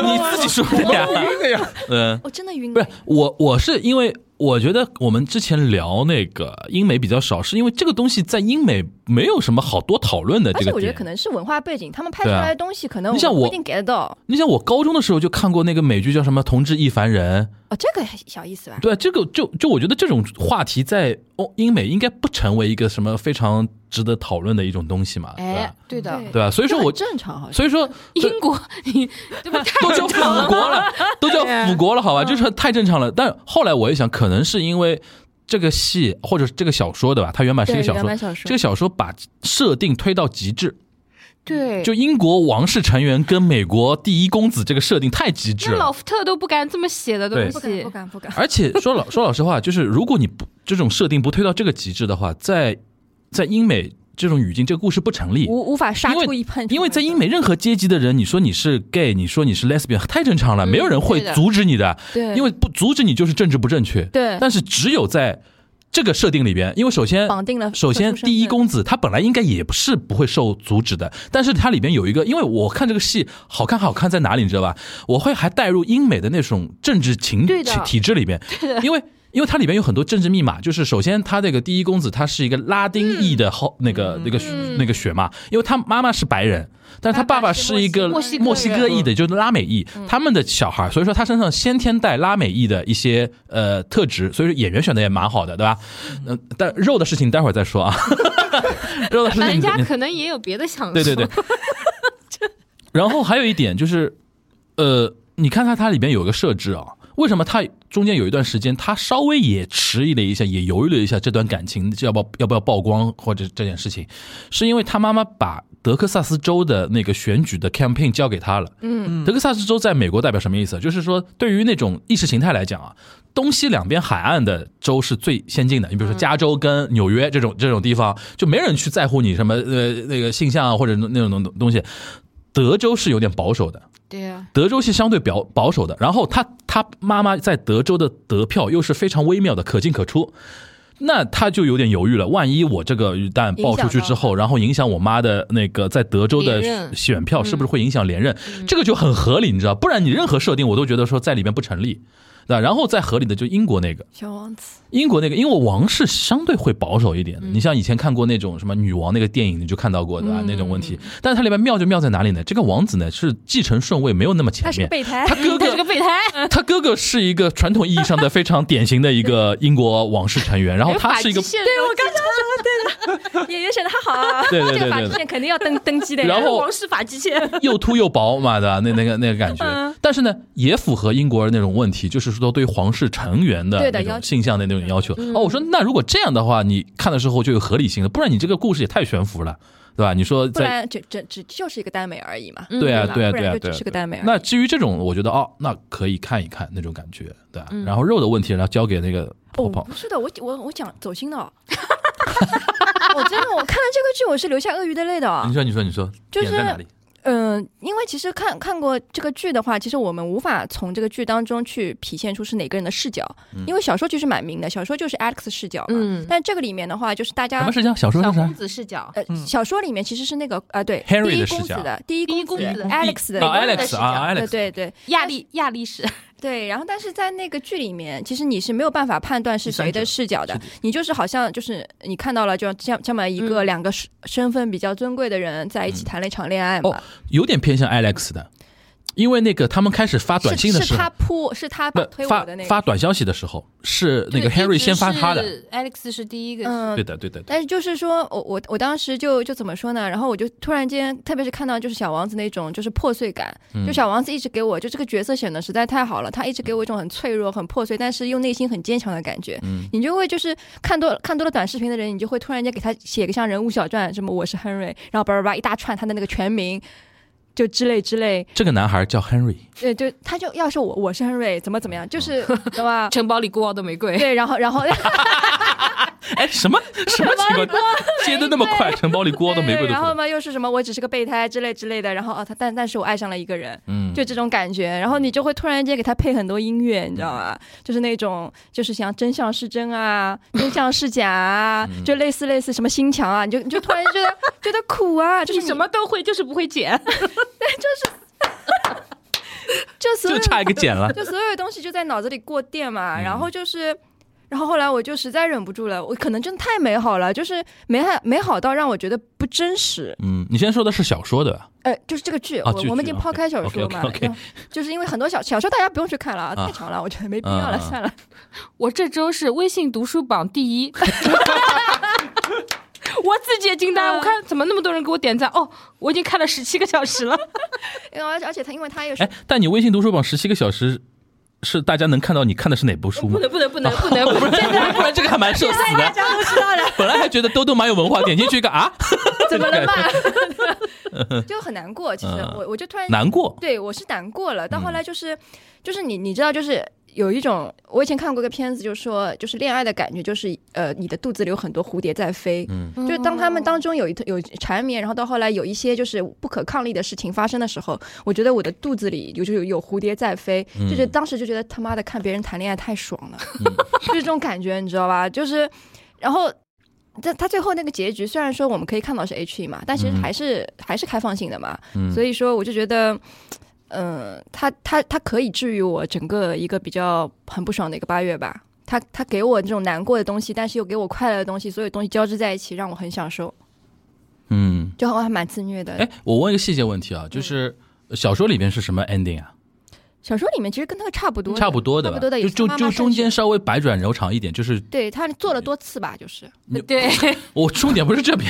你自己说的呀，嗯，我真的晕不是我，我是因为我觉得我们之前聊那个英美比较少，是因为这个东西在英美没有什么好多讨论的。而这且个我觉得点，可能是文化背景，他们拍出对啊来的东西可能你像我们我不一定 get 得到。你像我高中的时候就看过那个美剧叫什么《同志亦凡人》，哦，这个小意思吧。对，这个就就我觉得这种话题在欧英美应该不成为一个什么非常值得讨论的一种东西嘛，对吧？哎对的，对吧？所以说这我很。正常，好像所以说，英国， 你啊这不太都叫腐国 了，都叫腐国了，好啊吧，就是太正常了。但后来我也想，可能是因为这个戏或者是这个小说，对吧？它原版是一个对小原说版小，说这个小说把设定推到极致，对，就英国王室成员跟美国第一公子这个设定太极致那老了。福特都不敢这么写的东对西，不敢不 敢。而且说老说老实话，就是如果你不这种设定不推到这个极致的话，在在英美这种语境，这个故事不成立。无无法杀因为出一喷出来的，因为在英美，任何阶级的人，你说你是 gay，你说你是 lesbian，太正常了，没有人会嗯对的阻止你的。对，因为不阻止你就是政治不正确。对但是只有在这个设定里边，因为首先绑定了首先特殊身份第一公子他本来应该也不是不会受阻止的，但是它里边有一个，因为我看这个戏好看好看在哪里，你知道吧？我会还带入英美的那种政治情对的体体制里边，因为。因为它里边有很多政治密码，就是首先他这个第一公子他是一个拉丁裔的后、那个那个血那个血嘛，因为他妈妈是白人，但是他爸爸是一个墨西哥人墨西哥裔的，就是拉美裔，他们的小孩，所以说他身上先天带拉美裔的一些呃特质，所以说演员选的也蛮好的，对吧？嗯、但肉的事情待会儿再说啊，肉的事那人情家可能也有别的想 法。对对对。 然后还有一点就是，呃，你看它它里边有个设置啊，为什么它中间有一段时间，它稍微也迟疑了一下，也犹豫了一下，这段感情要不要要不要曝光或者这件事情，是因为他妈妈把德克萨斯州的那个选举的 campaign 交给他了。嗯，德克萨斯州在美国代表什么意思？就是说，对于那种意识形态来讲啊，东西两边海岸的州是最先进的。你比如说加州跟纽约这种这种地方，就没人去在乎你什么呃那个性向啊或者那种东东西。德州是有点保守的，对啊，德州是相对保保守的，然后他他妈妈在德州的得票又是非常微妙的，可进可出。那他就有点犹豫了，万一我这个蛋爆出去之后，然后影响我妈的那个在德州的连任选票，是不是会影响连任？嗯这个就很合理，你知道？不然你任何设定我都觉得说在里面不成立，对吧？然后再合理的就英国那个，小王子，英国那个，因为王室相对会保守一点的。嗯你像以前看过那种什么女王那个电影，你就看到过对吧？那种问题，但是它里面妙就妙在哪里呢？这个王子呢是继承顺位没有那么前他是面个，备 胎 他，哥他是哥个备胎，他哥哥是一个传统意义上的非常典型的一个英国王室成 员，然后哦他是一个。。对我刚演员选的他好啊 对对对这法对基对，线肯定要登登基的呀，然后王室法基线，又秃又薄嘛的，那那个那个感嗯觉，但是呢，也符合英国人那种问题，就是说对皇室成员的对的那种要求嗯性向的那种要求。哦，我说那如果这样的话，你看的时候就有合理性了，不然你这个故事也太悬浮了，对吧？你说不在然就只只就是一个耽美而已嘛。对啊，吧对啊，不对然啊，就对啊只是个对啊耽美而已那至于这种，我觉得哦，那可以看一看那种感觉，对啊。嗯然后肉的问题，然后交给那个泡哦，泡不。是的，我我我讲走心的哦。 我真的，我看了这个剧，我是流下鳄鱼的泪的哦你。说，你说，你说，就是嗯点在哪里？嗯、因为其实看看过这个剧的话，其实我们无法从这个剧当中去体现出是哪个人的视角，嗯因为小说就是蛮明的，小说就是 Alex 视角嘛。嗯但这个里面的话，就是大家什么事情？小说小是啥公？子视角，呃，小说里面其实是那个啊，对嗯 Henry 第一的公视子角的第一第一公公子子 Alex 的啊那个，Alex 啊对，Alex，对对亚历亚历士，对，然后但是在那个剧里面，其实你是没有办法判断是第三谁的者视角的是的，你就是好像就是你看到了就这样这么一嗯个两个身身份比较尊贵的人在一起谈了一场恋爱嘛嗯哦，有点偏向 Alex 的，因为那个他们开始发短是信的时是候他，扑，是他把推不我发的那个，发短消息的时候，是那个 Henry 先发他 的。 ，Alex 是第一个，嗯对，的，对的，对的但是就是说我我我当时就就怎么说呢？然后我就突然间，特别是看到就是小王子那种就是破碎感，就小王子一直给我就这个角色选的实在太好了，他一直给我一种很脆弱、很破碎，但是又内心很坚强的感觉。你就会就是看多看多了短视频的人，你就会突然间给他写个像人物小传，什么我是 Henry，然后叭叭叭一大串他的那个全名。就之类之类，这个男孩叫 Henry，对，就他就要是我我是 Henry，怎么怎么样，就是对吧？ 城堡里孤傲的玫瑰，对，然后然后，哎，什 么什么情况？接的那么快，承包里锅的玫瑰对，都然出后来。嘛又是什么我只是个备胎之类之类的，然后啊他但但是我爱上了一个人，嗯，就这种感觉，然后你就会突然间给他配很多音乐，你嗯知道吗？就是那种就是像真相是真 啊，真相是假啊，嗯就类似类似什么心墙啊，你就你就突然觉得 觉得苦 啊，就是你你什么都会，就是不会剪。就所有就差一个嗯剪了。就所有东西就在脑子里过电嘛，然后就是。然后后来我就实在忍不住了，我可能真的太美好了，就是美好美好到让我觉得不真实。嗯，你现在说的是小说对吧？呃，就是这个剧，啊我剧我们已剧经抛开小说嘛 OK，OK，OK 然后就是因为很多小小说大家不用去看了，啊太长了，我觉得没必要嗯了，嗯嗯算了。我这周是微信读书榜第一，我自己也惊呆，我看怎么那么多人给我点赞哦，我已经看了十七个小时了。因为而且而且他因为他又是哎，但你微信读书榜十七个小时，是大家能看到你看的是哪部书吗？不能不能不 能不能，现在不然 这个还蛮社死的。家都知道的。本来还觉得兜兜蛮有文化，点进去一个啊，怎 么了嘛， 就很难过。其实嗯我我就突然难过。嗯对我是难过了，到后来就是就是你你知道就是。有一种，我以前看过一个片子，就说就是恋爱的感觉，就是呃，你的肚子里有很多蝴蝶在飞，嗯就是当他们当中有一有缠绵，然后到后来有一些就是不可抗力的事情发生的时候，我觉得我的肚子里有就有有蝴蝶在飞，嗯就是当时就觉得他妈的看别人谈恋爱太爽了， 就是这种感觉，你知道吧？就是，然后。但他最后那个结局，虽然说我们可以看到是 H E 嘛，但其实嗯还是、还是开放性的嘛，嗯，所以说我就觉得，嗯、他他他可以治愈我整个一个比较很不爽的一个八月吧。他他给我这种难过的东西，但是又给我快乐的东西，所有东西交织在一起，让我很享受，嗯，就还蛮自虐的哎。，我问一个细节问题啊，就是小说里边是什么 ending 啊？小说里面其实跟那个差不多的，差不多的差吧，不多的也就是就妈妈就战中士间稍微百转柔肠一点，就是对他做了多次吧，就是嗯 对，嗯我重点不是这边，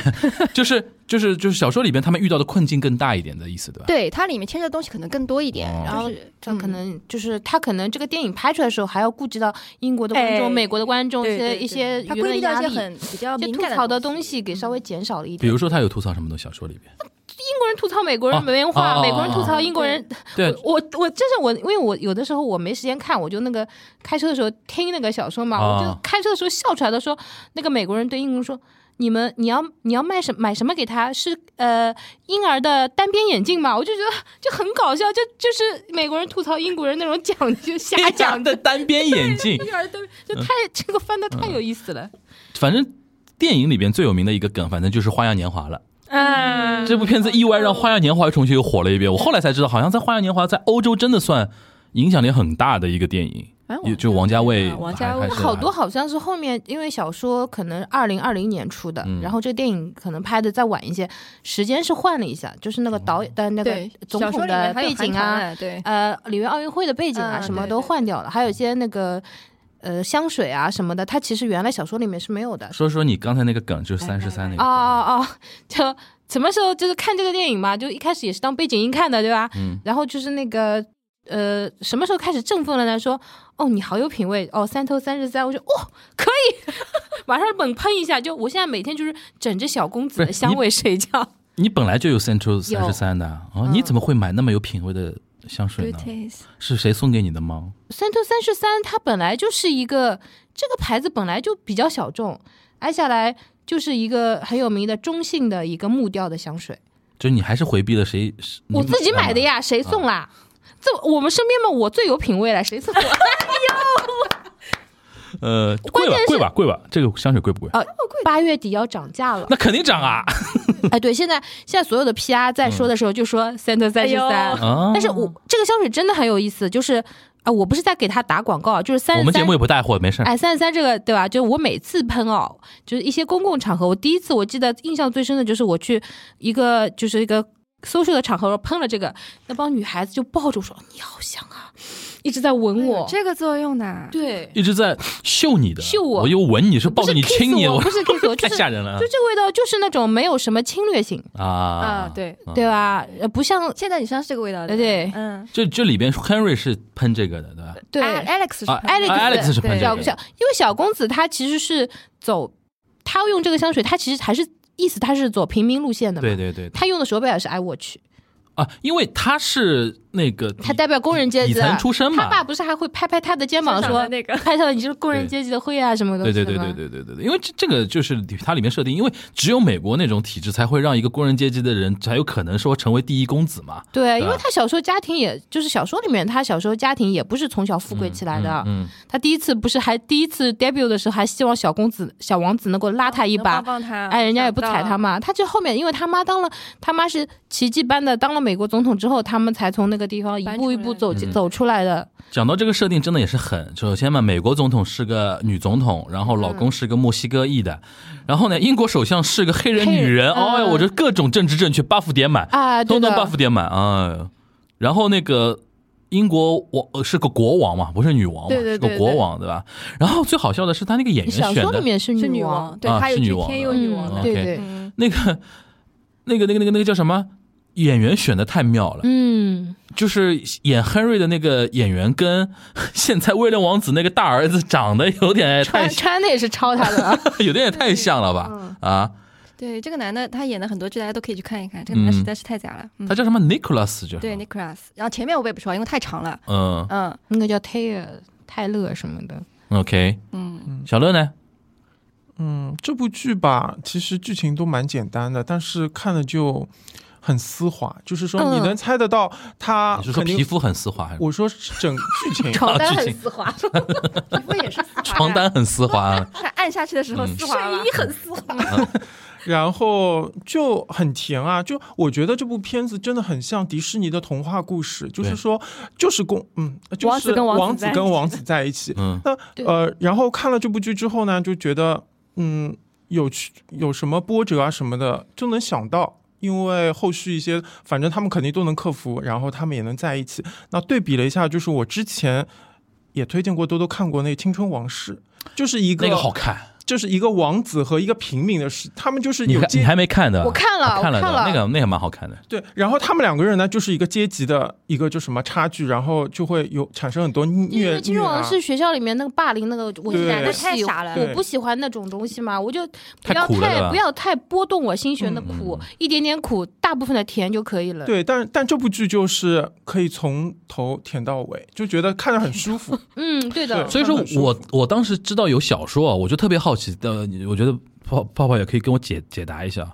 就是就是就是小说里边他们遇到的困境更大一点的意思，对吧？对它里面牵扯的东西可能更多一点，哦然后就是这可能就是他可能这个电影拍出来的时候，还要顾及到英国的观众、哎美国的观众一对些对一些他舆规论避掉压一些力。很比较就敏吐感槽的东西。嗯东西给稍微减少了比一点。如说他有吐槽什么东西？小说里边，英国人吐槽美国人啊没文化，啊美国人吐啊槽啊英国人。对，我我真是我，因为我有的时候我没时间看，我就那个开车的时候听那个小说嘛，啊我就开车的时候笑出来的说，那个美国人对英国人说。你们，你要你要卖什买什么给他？是呃婴儿的单边眼镜嘛？我就觉得就很搞笑，就就是美国人吐槽英国人那种讲究 瞎讲的的单边眼镜，婴儿的，就太这个翻的太有意思了。反正电影里边最有名的一个梗，反正就是《花样年华》了。嗯，这部片子意外让《花样年华》又重新又火了一遍。我后来才知道，好像在《花样年华》在欧洲真的算影响力很大的一个电影哎，也就王家卫还，王家卫还是好多好像是后面，因为小说可能二零二零年出的，嗯然后这个电影可能拍的再晚一些，时间是换了一下，就是那个导演嗯的、那个对，总小说统里面的还有背景韩啊，团，对，呃，里约奥运会的背景啊，嗯什么对都对换掉了，还有一些那个呃香水啊什么的，它其实原来小说里面是没有的。说说你刚才那个梗，就是三十三那个哦梗哦哦，就什么时候就是看这个电影嘛，就一开始也是当背景音看的，对吧？嗯然后就是那个呃，什么时候开始振奋了呢？说哦，你好有品味哦，三头三十三，我说哦，可以， 马上猛喷一下。就我现在每天就是枕着小公子不是的香味睡觉。你本来就有 Central 三十三的啊哦，嗯你怎么会买那么有品味的香水 Good 呢？ taste。是谁送给你的吗？ 三头三十三，它本来就是一个这个牌子本来就比较小众，挨下来就是一个很有名的中性的一个木调的香水。就是你还是回避了谁？是你我自己买的呀，谁送啊啦？这我们身边嘛，我最有品味了，谁送啊 我？呃，关贵吧键是，贵哦吧，贵吧，这个香水贵不贵？八月底要涨价了。那肯定涨啊！哎，对，现在现在所有的 PR 在嗯说的时候就说三头三十哎三，啊哦但，是我这个香水真的很有意思，就是啊、我不是在给他打广告，啊就是三我十们节三目。也不带货，没事儿。哎，三十三这个对吧？就我每次喷哦，就是一些公共场合，我第一次我记得印象最深的就是我去一个就是一个 social 的场合，我喷了这个，那帮女孩子就抱着我说你好香啊，一直在哎吻呦我。这个作用的，对，一直在秀你的，秀我我又吻你，是抱着你不是 kiss 亲你，我不是 kiss 我太就是吓人了就这个味道就是那种没有什么侵略性，啊啊啊，对，对吧？呃，不像现在你身上是这个味道的，哎对嗯，这这里边 Henry 是喷这个的，对吧？对啊 Alex 是啊喷的 Alex- 啊 Alex 是喷这小个小，因为小公子他其实是走，他用这个香水，他其实还是意思他是走平民路线的嘛。哎对对对他用的手表也是 iWatch，啊，因为他是那个底他代表工人阶底级啊层出身他嘛，爸不是还会拍拍他的肩膀身上说的那个拍上你就是工人阶级的灰啊什么东对对西的对对吗对对对对，因为这这个就是它里面设定，因为只有美国那种体制才会让一个工人阶级的人才有可能说成为第一公子嘛。对，因对啊为他小时候家庭也就是小说里面，他小时候家庭也不是从小富贵起来的。嗯，他第一次不是还第一次 debut 的时候，还希望小公子、小王子能够拉他一把，帮帮他，啊哎，人家也不踩他嘛。嘛。他这后面，因为他妈当了，他妈是奇迹般的当了美国总统之后，他们才从那个地方一搬步一出步来嗯走走出来的。讲到这个设定，真的也是很。首先嘛，美国总统是个女总统，然后老公嗯是个墨西哥裔的，然后呢，英国首相是个黑人黑女人。嗯哦呀，我这各种政治正确，buff 点满，啊，对通的通 buff 点满啊、哎呦然后那个英国王呃是个国王嘛，不是女王嘛，对对对是个国王对吧？然后最好笑的是他那个演员小选说的里面是是女王王，，对啊她有是女句王天的佑女王嗯，的，对 OK 对，嗯，那个、那个、那个、那个、那个叫什么？演员选的太妙了，嗯，就是演 Henry 的那个演员跟 现在威廉王子那个大儿子长得有点穿太，穿的也是抄他的啊，有点也太像了嗯吧？啊，对这个男的他演的很多剧，大家都可以去看一看，这个男的嗯实在是太假了，嗯他，叫什么 Nicholas 叫对什么 Nicholas，然后前面我背不出来，因为太长了，嗯嗯那个叫泰尔泰勒什么的。 ，OK，嗯，小乐呢？嗯，这部剧吧，其实剧情都蛮简单的，但是看了就很丝滑，就是说你嗯能猜得到他你是说啊肯定皮肤很丝滑，还是啊我说是整剧情 床单剧很情丝 滑，不也是床单很丝滑啊？他按下去的时候嗯丝滑了，很丝滑。然后就很甜啊，就我觉得这部片子真的很像迪士尼的童话故事，就是对说，就是公，嗯，就是王子跟王子王子在一跟起王子在一起。嗯那对呃，然后看了这部剧之后呢，就觉得，嗯，有趣，有什么波折啊什么的，就能想到。因为后续一些，反正他们肯定都能克服，然后他们也能在一起。那对比了一下，就是我之前也推荐过多多看过那个《青春往事》，就是 一个那个好看，就是一个王子和一个平民的事，他们就是你有看阶你还没看的？我看了啊看我看了的那个那个蛮好看的。对，然后他们两个人呢，就是一个阶级的一个就什么差距，然后就会有产生很多因虐为秦虐始啊皇。是学校里面那个霸凌那个，我对男的那太喜傻了我对不喜欢那种东西嘛，我就不太要苦了对吧太不要太波动我心弦的嗯苦，一点点苦，大部分的甜就可以了。对，但但这部剧就是可以从头舔到尾，就觉得看着很 舒服。嗯，对的对，所以说看得很舒我服我当时知道有小说啊，我就特别好奇的，你我觉得泡泡泡也可以跟我解解答一下，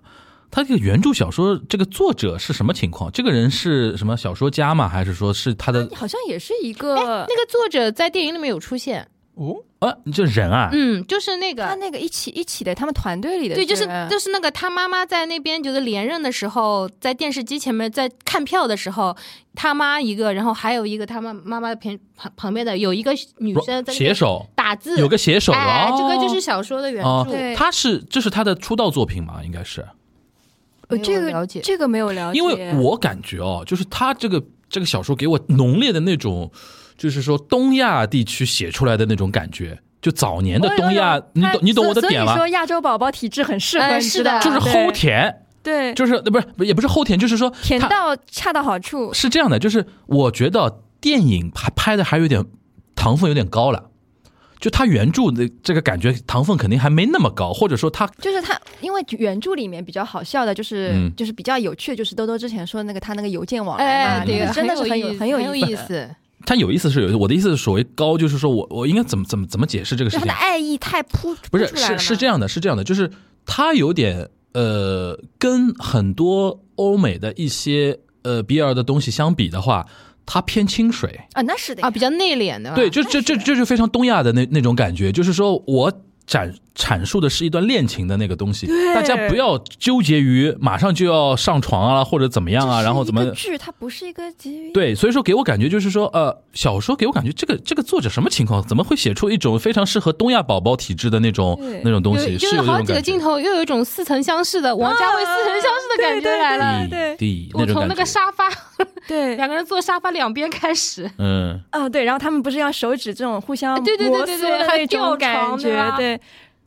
他这个原著小说这个作者是什么情况？这个人是什么小说家吗？还是说是他的好像也是一个那个作者在电影里面有出现，哦，啊？这人啊？嗯，就是那他个。那个一起一起的，他们团队里的对，就是人就是那个他妈妈在那边就是连任的时候，在电视机前面在看票的时候，他妈一个，然后还有一个他妈妈妈的旁旁旁边的有一个女生在那写边手打字，有个写手哎啊，，这个就是小说的原哦著，对他是这是他的出道作品嘛？应该是，呃没有这个了解这个没有了解，因为我感觉哦，就是他这个这个小说给我浓烈的那种，就是说东亚地区写出来的那种感觉，就早年哦的东亚，你懂你懂我的点所以吗说？亚洲宝宝体质很适合，哎你是知道的吗就是齁，甜，对，对就是呃不是不是也不是齁甜，就是说甜它到恰到好处，是这样的，就是我觉得电影拍拍的还有点糖分有点高了。就它原著的这个感觉，糖分肯定还没那么高，或者说它就是他，因为原著里面比较好笑的，就是、嗯就是比较有趣，就是兜兜之前说的那个他那个邮件往来哎嘛，，对，就是真的是很有很有有意意思的，思。它有意思是有意思，我的意思是所谓高，就是说我我应该怎么怎么怎么解释这个就事他情的？爱意太扑，不是扑出来了是嘛是这，样的，是这样的，就是它有点呃，跟很多欧美的一些呃 BL 的东西相比的话，它偏清水。啊，那是的啊，比较内敛的吧？对，就这这这就非常东亚的那那种感觉，就是说我展阐述的是一段恋情的那个东西，大家不要纠结于马上就要上床啊，或者怎么样啊，然后怎这么是一个。剧它不是一个结局，对，所以说给我感觉就是说，呃，小说给我感觉这个这个作者什么情况，怎么会写出一种非常适合东亚宝宝体质的那种对那种东有西？就是有这好种几个感镜觉，头，又有一种似曾相识的王家卫似曾相识的感觉来了。嗯对对，我种从感那觉个沙发， 对，两个人坐沙发两边开始，嗯，啊，对，然后他们不是要手指这种互相哎对对对摩对挲对的还那吊种床感对觉吧，对，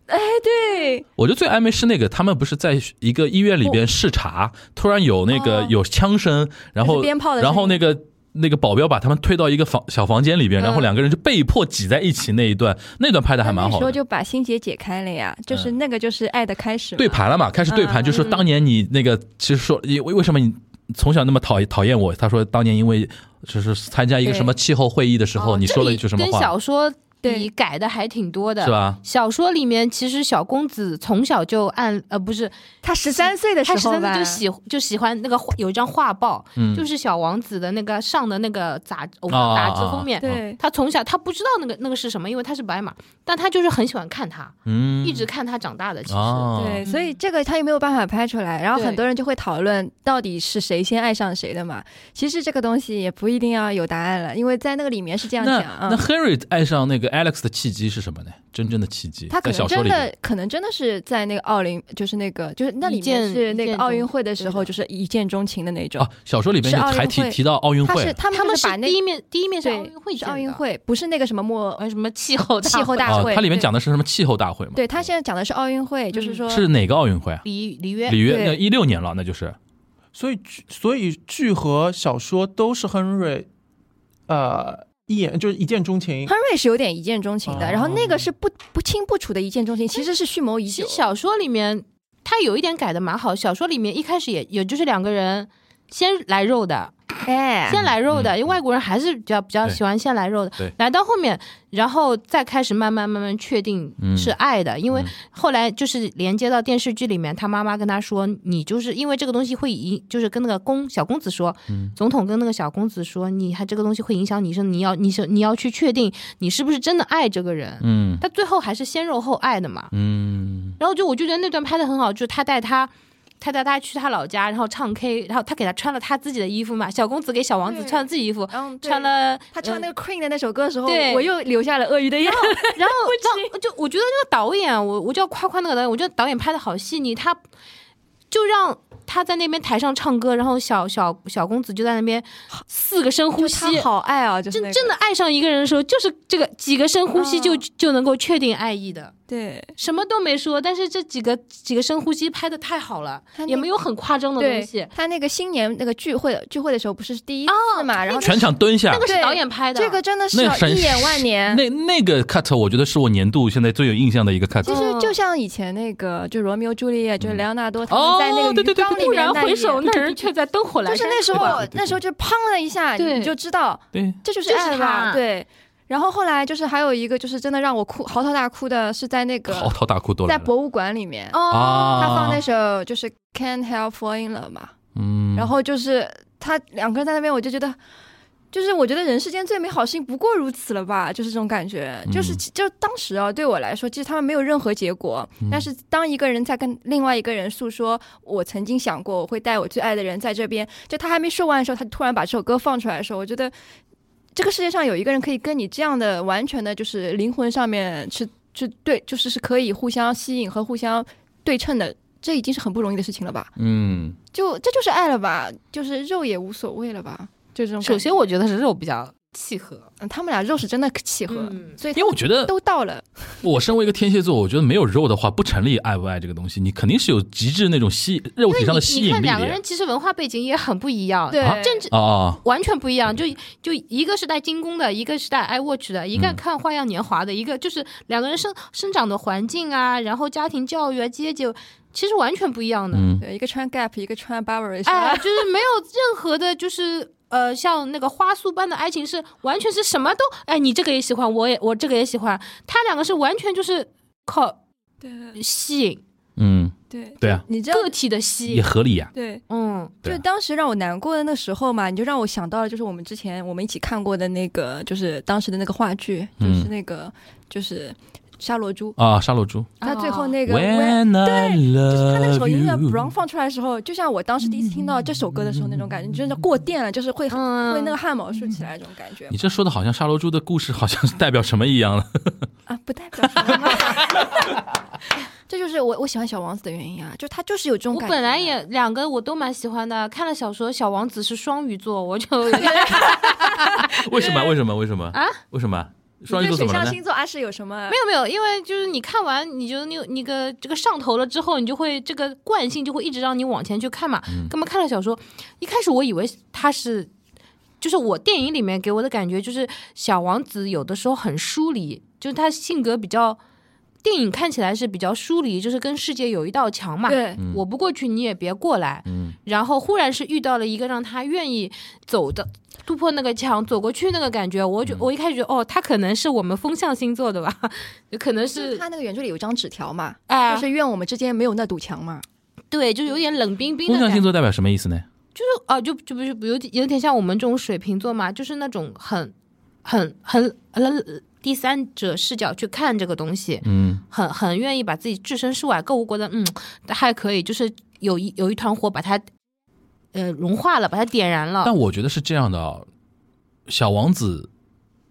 哎，对，我觉得最暧昧是那个，他们不是在一个医院里边视哦察，突然有那个哦有枪声，然就后是鞭炮的声音然后那个那个保镖把他们推到一个房小房间里边，嗯然后两个人就被迫挤在一起那一段，那段拍的还那蛮哎好时候的。嗯就把心结解开了呀，就是那个就是爱的开始嘛，对盘了嘛，开始对盘，嗯就说当年你那个，其实说，为为什么你从小那么讨厌讨厌我，他说当年因为就是参加一个对什么气候会议的时候，哦你这说了里一句什么跟话小，说对比改的还挺多的，是？吧？小说里面其实小公子从小就按呃不是他十三岁的时他十候三岁吧，就喜就喜欢那个画有一张画报，嗯，就是小王子的那个上的那个杂偶啊像杂志啊啊封面。对，他从小他不知道那个那个是什么，因为他是白马，但他就是很喜欢看他，嗯，一直看他长大的。其实，啊，对，所以这个他也没有办法拍出来，然后对很多人就会讨论到底是谁先爱上谁的嘛。其实这个东西也不一定要有答案了，因为在那个里面是这样讲那那啊， Henry 爱上那个 Alex 的契机是什么呢？真正的契机，他可在小能说真里面的可能真的是在那个奥林，就是那个就是那里一见面是那一见个钟奥运会的时候，对的就是一见钟情的那种啊。，小说里边是就奥运还提会提到奥运他是会，他他们们就是把那第一面第一面是奥对运会是见的，呃奥运会，不是那个什么末哦还有什么气候大气候大啊会，，它里面对讲的是什么气候大会嘛？对他现在讲的是奥运会，就是嗯说是哪个奥运会啊？里里约里约对那一六年了，那就是所以剧，所以剧和小说都是亨瑞，呃，一眼就是一见钟情。亨瑞是有点一见钟情的，哦然后那个是不不清不楚的一见钟情，其实是蓄谋已其久实。小说里面他有一点改的蛮好，小说里面一开始也也就是两个人先来肉的，哎，先来肉的，嗯因为外国人还是比较比较对喜欢先来肉的对。来到后面，然后再开始慢慢慢慢确定嗯是爱的，因为嗯后来就是连接到电视剧里面，他妈妈跟他说，你就是因为这个东西会影，就是跟那个公小公子说，嗯总统跟那个小公子说，你还这个东西会影响你生，你要你是你要去确定你是不是真的爱这个人。嗯他最后还是先肉后爱的嘛。嗯然后就我就觉得那段拍的很好，就是他带他。他带他去他老家，然后唱 K，然后他给他穿了他自己的衣服嘛，小公子给小王子对穿了自己衣服，嗯，对穿了他唱嗯那个 Queen 的那首歌的时候，对我又流下了鳄鱼的眼。然后，然后就我觉得那个导演，啊我我就要夸夸那个导演，我觉得导演拍的好细腻，他就让他在那边台上唱歌，然后小小小公子就在那边四个深呼吸，就他好爱啊，就是真那个嗯真的爱上一个人的时候，就是这个几个深呼吸就、就能够确定爱意的，对什么都没说，但是这几个几个深呼吸拍的太好了，他那也没有很夸张的东西对。，他那个新年那个聚会聚会的时候不是第一次哦嘛，哎然后全场蹲下那。个是对导演拍的，这个真的是那要很一眼万年。 那那个 cut 我觉得是我年度现在最有印象的一个 cut，其实嗯就像以前那个，就罗密欧朱丽叶，就是嗯莱昂纳多他哦们在那个对对鱼对缸里面蓦然那一回首，眼那人却在灯火阑珊就是那时处吧候，那时候就砰的一下，对你就知道对，这就是就是爱他吧？对。然后后来就是还有一个就是真的让我哭嚎啕大哭的是在那嚎个啕大哭都来在了博物馆里面，哦，他放啊那，首就是 Can't Help Falling in Love 嘛，嗯，然后就是他两个人在那边，我就觉得。就是我觉得人世间最美好的事情不过如此了吧，就是这种感觉。就是嗯其就当时啊，对我来说，其实他们没有任何结果。嗯但是当一个人在跟另外一个人诉说，我曾经想过我会带我最爱的人在这边，就他还没说完的时候，他突然把这首歌放出来的时候，我觉得这个世界上有一个人可以跟你这样的完全的，就是灵魂上面是是对，就是是可以互相吸引和互相对称的，这已经是很不容易的事情了吧。嗯，就这就是爱了吧，就是肉也无所谓了吧，就这种感觉。首先我觉得是肉比较契合，嗯，他们俩肉是真的契合，嗯所以因为我觉得都到了。我身为一个天蝎座，我觉得没有肉的话不成立爱不爱这个东西，你肯定是有极致那种吸肉因为体上的吸你你引看力两个的呀人其实文化背景也很不一样，对啊政治啊啊，完全不一样，就就一个是带精工的，一个是带 iWatch 的，一个看《花样年华》的，一个就是两个人生生长的环境啊，然后家庭教育啊、阶级，其实完全不一样的。嗯，对，一个穿 Gap，一个穿 Burberry，啊哎，就是没有任何的，就是呃，像那个花束般的爱情是完全是什么都，哎，你这个也喜欢，我也我这个也喜欢，他两个是完全就是靠对吸引嗯，对，对啊，你知道个体的吸也引，合理呀、对。嗯，对就啊当时让我难过的那时候嘛，你就让我想到了，就是我们之前我们一起看过的那个，就是当时的那个话剧，就嗯是那个、就是沙罗珠，啊。沙漏珠他最后哦那个 When- ，When I 就是他那 love 首音乐 b r o n you，放出来的时候，就像我当时第一次听到这首歌的时候那种感觉，你真的过电了，就是会、嗯会那个汗毛竖嗯起来这种感觉你这说的好像沙漏珠的故事好像是代表什么一样了。 啊，不代表什么嘛。 这就是我我喜欢小王子的原因啊，就他就是有这种我感觉。啊本来也两个我都蛮喜欢的，看了小说《小王子》是双鱼座，我就 为什么？为什么？为什么？啊？为什么？你双鱼座对怎水么了象呢？星座阿是有什么没有没有，因为就是你看完，你觉得你有那个这个上头了之后，你就会这个惯性就会一直让你往前去看嘛。那么看了小说，一开始我以为他是，就是我电影里面给我的感觉就是小王子有的时候很疏离，就是他性格比较，电影看起来是比较疏离，就是跟世界有一道墙嘛，对嗯我不过去你也别过来。嗯然后忽然是遇到了一个让他愿意走的。突破那个墙，走过去那个感觉，我嗯觉我一开始觉得，哦，他可能是我们风象星座的吧， 可能就是是他那个圆桌里有张纸条嘛，哎，就是愿我们之间没有那堵墙嘛。对，就有点冷冰冰风的象感星觉，座代表什么意思呢？就啊，就就不是有点有点像我们这种水瓶座嘛，就是那种很很很很第三者视角去看这个东西，嗯很很愿意把自己置身事外，购物过得嗯还可以，就是有一有一团火把它呃融化了，把它点燃了。但我觉得是这样的啊，小王子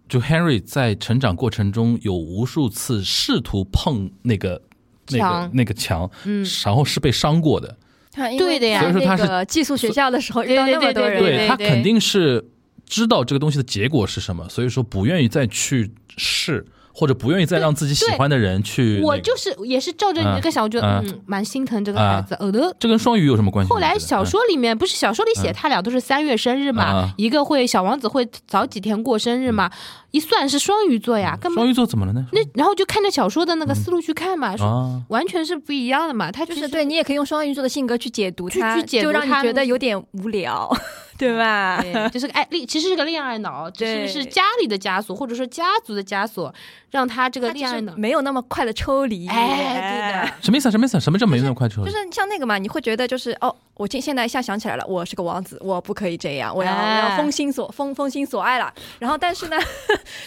就 Henry 在成长过程中有无数次试图碰那个那个墙那个墙，嗯，然后是被伤过的。他因 对的呀在所以说他是那个寄宿学校的时候遇到那么多人，对对他肯定是知道这个东西的结果是什么，所以说不愿意再去试，或者不愿意再让自己喜欢的人去、那我个就是也是照着你这个想，我觉得嗯嗯蛮心疼这个孩子。呃的，这跟双鱼有什么关系呢？后来小说里面不是小说里写啊嗯他俩都是三月生日啊嘛，一个会小王子会早几天过生日嘛，一算是双鱼座呀，你觉得嗯根双本鱼座怎么了呢？那然后就看着小说的那个思路去看嘛，说啊，完全是不一样的嘛。他就其是实对你也可以用双鱼座的性格去解读去它，去解就读让你它觉那得个有点无聊，对吧？对，哎就是个爱恋，其实是个恋爱脑，只是对是家里的枷锁，或者说家族的枷锁，让他这个它恋爱就是脑，没有那么快的抽离，哎，对的。什么意思啊？什么意思啊？什么叫没那么快撤？就是像那个嘛，你会觉得就是哦，我现现在一下想起来了，我是个王子，我不可以这样，我要、哎我要封心所封封心所爱了。然后但是呢，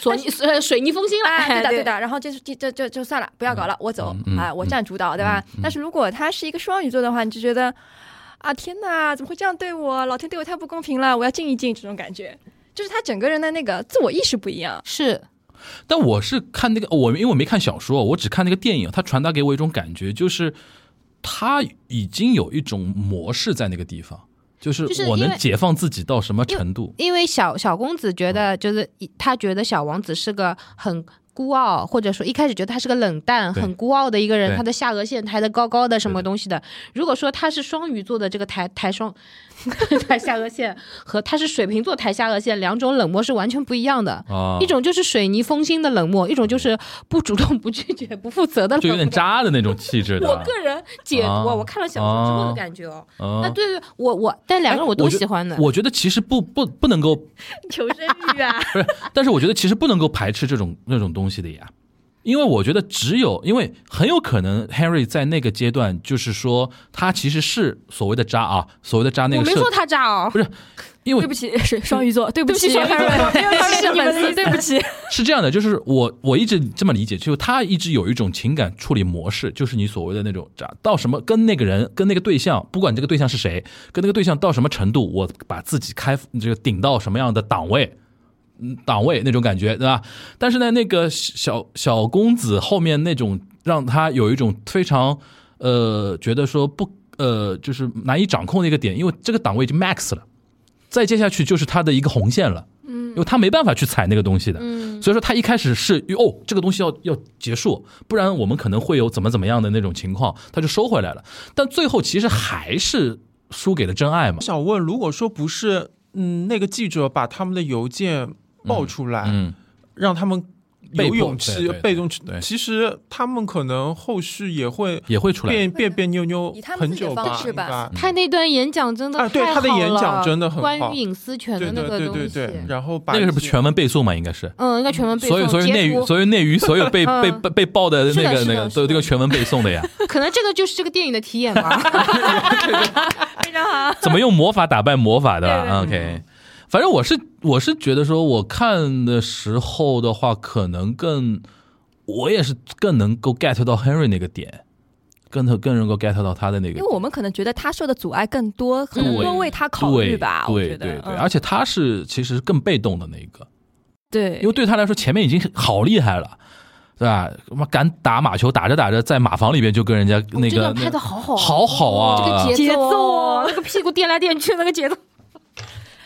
索尼呃水泥 封心 了，哎，对的对的，的，然后就是这这这就算了，不要搞了，我走嗯嗯啊，我占主导，对吧嗯嗯？但是如果他是一个双鱼座的话，你就觉得啊天哪，怎么会这样对我？老天对我太不公平了，我要静一静，这种感觉。就是他整个人的那个自我意识不一样，是但我是看那个，我因为我没看小说，我只看那个电影，它传达给我一种感觉，就是他已经有一种模式在那个地方，就是就是我因能为解放自己到什么程度。因为小小公子觉嗯得就是他觉得小王子是个很。孤傲，或者说一开始觉得他是个冷淡、对很孤傲的一个人，对他的下颚线抬得高高的，什对么的东西的。如果说他是双鱼座的这个抬抬双 抬下颚线，和他是水瓶座抬下颚线，两种冷漠是完全不一样的。啊，一种就是水泥封心的冷漠，一种就是不主动、不拒绝、不负责的嗯冷漠。就有点渣的那种气质的。 我个人解读，啊我看了小说之后啊的感觉哦。嗯啊，对对，我我但两个人哎我都觉喜欢的。我觉得其实不不不能够，求生欲啊！不是，但是我觉得其实不能够排斥这种那种东西的呀，因为我觉得只有，因为很有可能 Henry 在那个阶段，就是说他其实是所谓的渣啊，所谓的渣那我个没社说他渣哦不，因为对不起， 是双鱼座， 对不起，对不起双鱼座没有他是你们对不起。是这样的，就是我我一直这么理解，就是他一直有一种情感处理模式，就是你所谓的那种渣，到什么跟那个人跟那个对象，不管这个对象是谁，跟那个对象到什么程度，我把自己开这个顶到什么样的档位。嗯，档位那种感觉，对吧？但是呢，那个小小公子后面那种让他有一种非常呃，觉得说不呃，就是难以掌控的一个点，因为这个档位已经 max 了，再接下去就是他的一个红线了，嗯，因为他没办法去踩那个东西的，嗯，所以说他一开始是哦，这个东西要要结束，不然我们可能会有怎么怎么样的那种情况，他就收回来了。但最后其实还是输给了真爱嘛我。想问，如果说不是嗯那个记者把他们的邮件爆出来，嗯，让他们被有迫勇对气对被动对，其实他们可能后续也会也会出来。别别别扭扭以他们很自己的久方吧，式应吧该。他那段演讲真的嗯啊对太他的好演讲了真的很关好于隐私权对的那对个对东对西，对，然后把那个是不一是些全文背诵嘛？应该是，嗯，应该全文背诵，所以所以内截娱图所以内娱所有 被嗯被被被爆的是那的个是的那个是都有的这个全文背诵的呀，可能这个就是这个电影的题眼吧。非常好，怎么用魔法打败魔法的吧对？OK，反正我是我是觉得说，我看的时候的话，可能更我也是更能够 get 到 Henry 那个点，更能更能够 get 到他的那个因为我们可能觉得他受的阻碍更多，很对多为他考虑吧，我对觉对对得，对，嗯而且他是其实更被动的那一个，对，因为对他来说前面已经好厉害了，对吧？妈敢打马球，打着打着在马房里边就跟人家 哦那这个段拍的好好，好好这啊个，节节奏奏，啊 那个屁股颠来颠去，那个节奏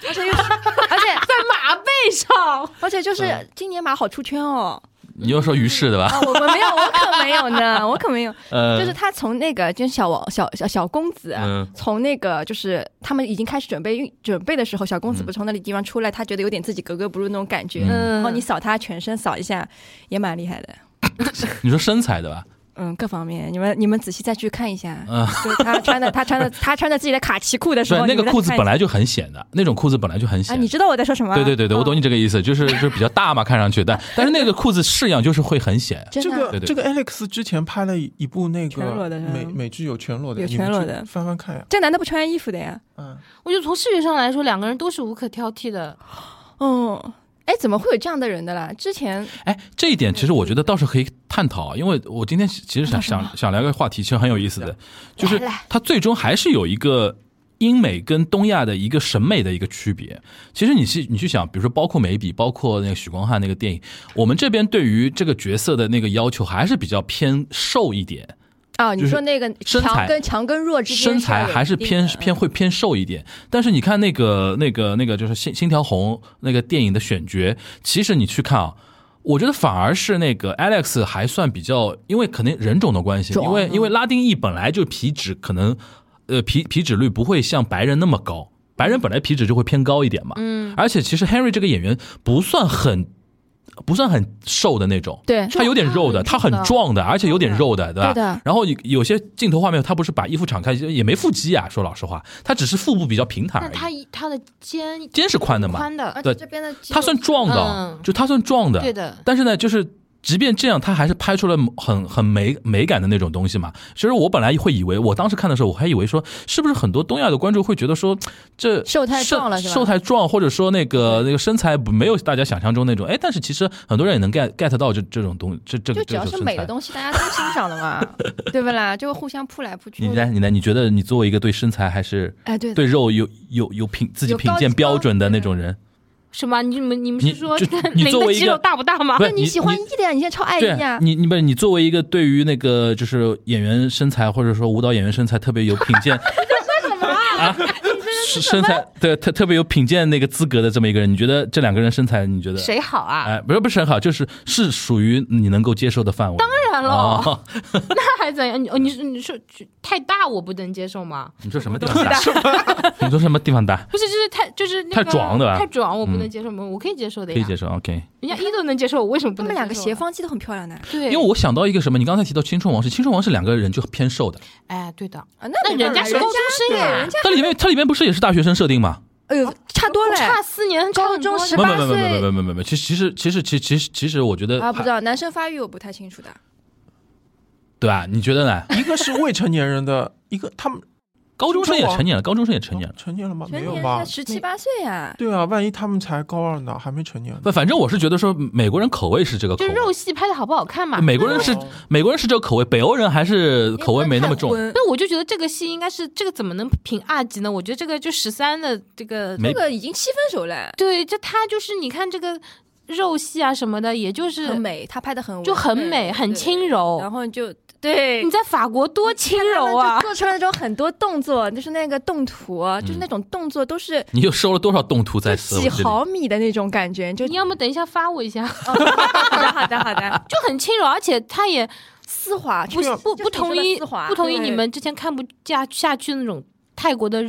而且又是， 而且在马背上，而且就是嗯今年马好出圈哦，你又说于是对吧？啊，我我没有，我可没有呢，我可 没有。呃，就是他从那个就是小王小小小公子啊，嗯从那个就是他们已经开始准备运准备的时候，小公子不是从那里地方出来，他觉得有点自己格格不入那种感觉。嗯然后你扫他全身扫一下，也蛮厉害的。你说身材对吧？嗯，各方面，你们你们仔细再去看一下，嗯就是他穿的他穿的他穿的自己的卡其裤的时对候，，那个你们裤子再看一本下来就很显的，那种裤子本来就很啊，显你。知道我在说什么？对对对对，我嗯懂你这个意思，就是就是比较大嘛，看上去，但但是那个裤子式样就是会很显。这真的啊对个对这个 Alex 之前拍了一部那全裸个的是吧美美剧有全裸的，有你们全裸去的翻翻看呀，这男的不穿衣服的呀？嗯，我觉得从视觉上来说，两个人都是无可挑剔的。嗯哦，哎，怎么会有这样的人的啦？之前哎，这一点其实我觉得倒是可以探讨，啊因为我今天其实想想想聊一个话题，其实很有意思的，就是它最终还是有一个英美跟东亚的一个审美的一个区别。其实你去你去想，比如说包括眉笔，包括那个许光汉那个电影，我们这边对于这个角色的那个要求还是比较偏瘦一点，啊，就你是说那个身材强跟强跟弱之间身要材有还是一定偏的啊偏会偏瘦一点。但是你看那个那个那个就是《心心条红》那个电影的选角，其实你去看啊。我觉得反而是那个 Alex 还算比较，因为可能人种的关系，种因为因为拉丁裔本来就皮脂可能，呃皮皮脂率不会像白人那么高，白人本来皮脂就会偏高一点嘛，嗯，而且其实 Henry 这个演员不算很不算很瘦的那种，对他有点肉的，他很壮的，而且有点肉的，对吧？对的然后有有些镜头画面，他不是把衣服敞开，也没腹肌啊。说老实话，他只是腹部比较平坦但而他已，他的肩肩是宽的嘛，宽的，对这边的他算壮的哦，嗯就他算壮的，对的，但是呢，就是即便这样，他还是拍出了很很美美感的那种东西嘛。其实我本来会以为，我当时看的时候，我还以为说，是不是很多东亚的观众会觉得说，这瘦太壮了身是吧瘦太壮，或者说那个那个身材不没有大家想象中那种。哎，但是其实很多人也能 get get 到这这种东这这就个只这要种是身美的材。东西，大家都欣赏的 嘛，对不啦？就互相扑来扑去。你来，你来，你觉得你作为一个对身材还是哎，对的，对肉有有有评自己有评高鉴级标高准的那对种人，什么？你们你们你是说 就你零作的为一肌肉个大不大吗不？是啊那你喜欢你一的呀？你现在超爱一对呀？你你不是你作为一个对于那个就是演员身材或者说舞蹈演员身材特别有品鉴，啊？是身材对特特别有品鉴那个资格的这么一个人，你觉得这两个人身材你觉得？谁好啊？哎，不是不是很好，就是是属于你能够接受的范围。当当然了，哦，那还怎样？你哦嗯你是你说太大我不能接受吗？你说什么地方大？你说什么地方大？不是，就是太就是那个太壮对吧太壮我不能嗯接受吗？我可以接受的可以呀接，受，OK。人家一都能接受，我啊为什么他不能？们两个斜，方肌都很漂亮的对，因为我想到一个什么，你刚才提到《青春王室》，《青春王室》两个人就偏瘦的，哎，对的，啊！那那没人办法家是高中生对啊呀哦人，家它里面它里面不是也是大学生设定吗？哎呦差多了哎。差四年，高差很多中的十没八没没没没没没没，其实其实其实其实其实其实我觉得啊，不知道男生发育我不太清楚的，对吧？你觉得呢？一个是未成年人的，一个他们高中生也成年了，高中生也成年了。成年了吗？没全有年吧才？十七八岁呀。对啊，万一他们才高二呢，还没成年呢。不，反正我是觉得说美国人口味是这个口就味，肉戏拍的好不好看嘛？美国人是哦美国人是这个口味，北欧人还是口味没那么重，因为那我就觉得这个戏应该是这个怎么能评二级呢？我觉得这个就十三的这个，没太混。这个已经七分熟了，对，这他就是你看这个肉戏啊什么的，也就是很美，他拍的很就很唯美，美很对轻柔。然后就对你在法国多轻柔他们啊！就做出了那种很多动作，就是那个动图，嗯啊就是那种动作都是你又收了多少动图在思几维这里？毫米的那种感觉，就你要么等一下发我一 下，好的好的好的，就很轻柔，而且他也丝滑不就是不就是你不说同的意丝滑不同意对你们之前看不下下去的那种泰国的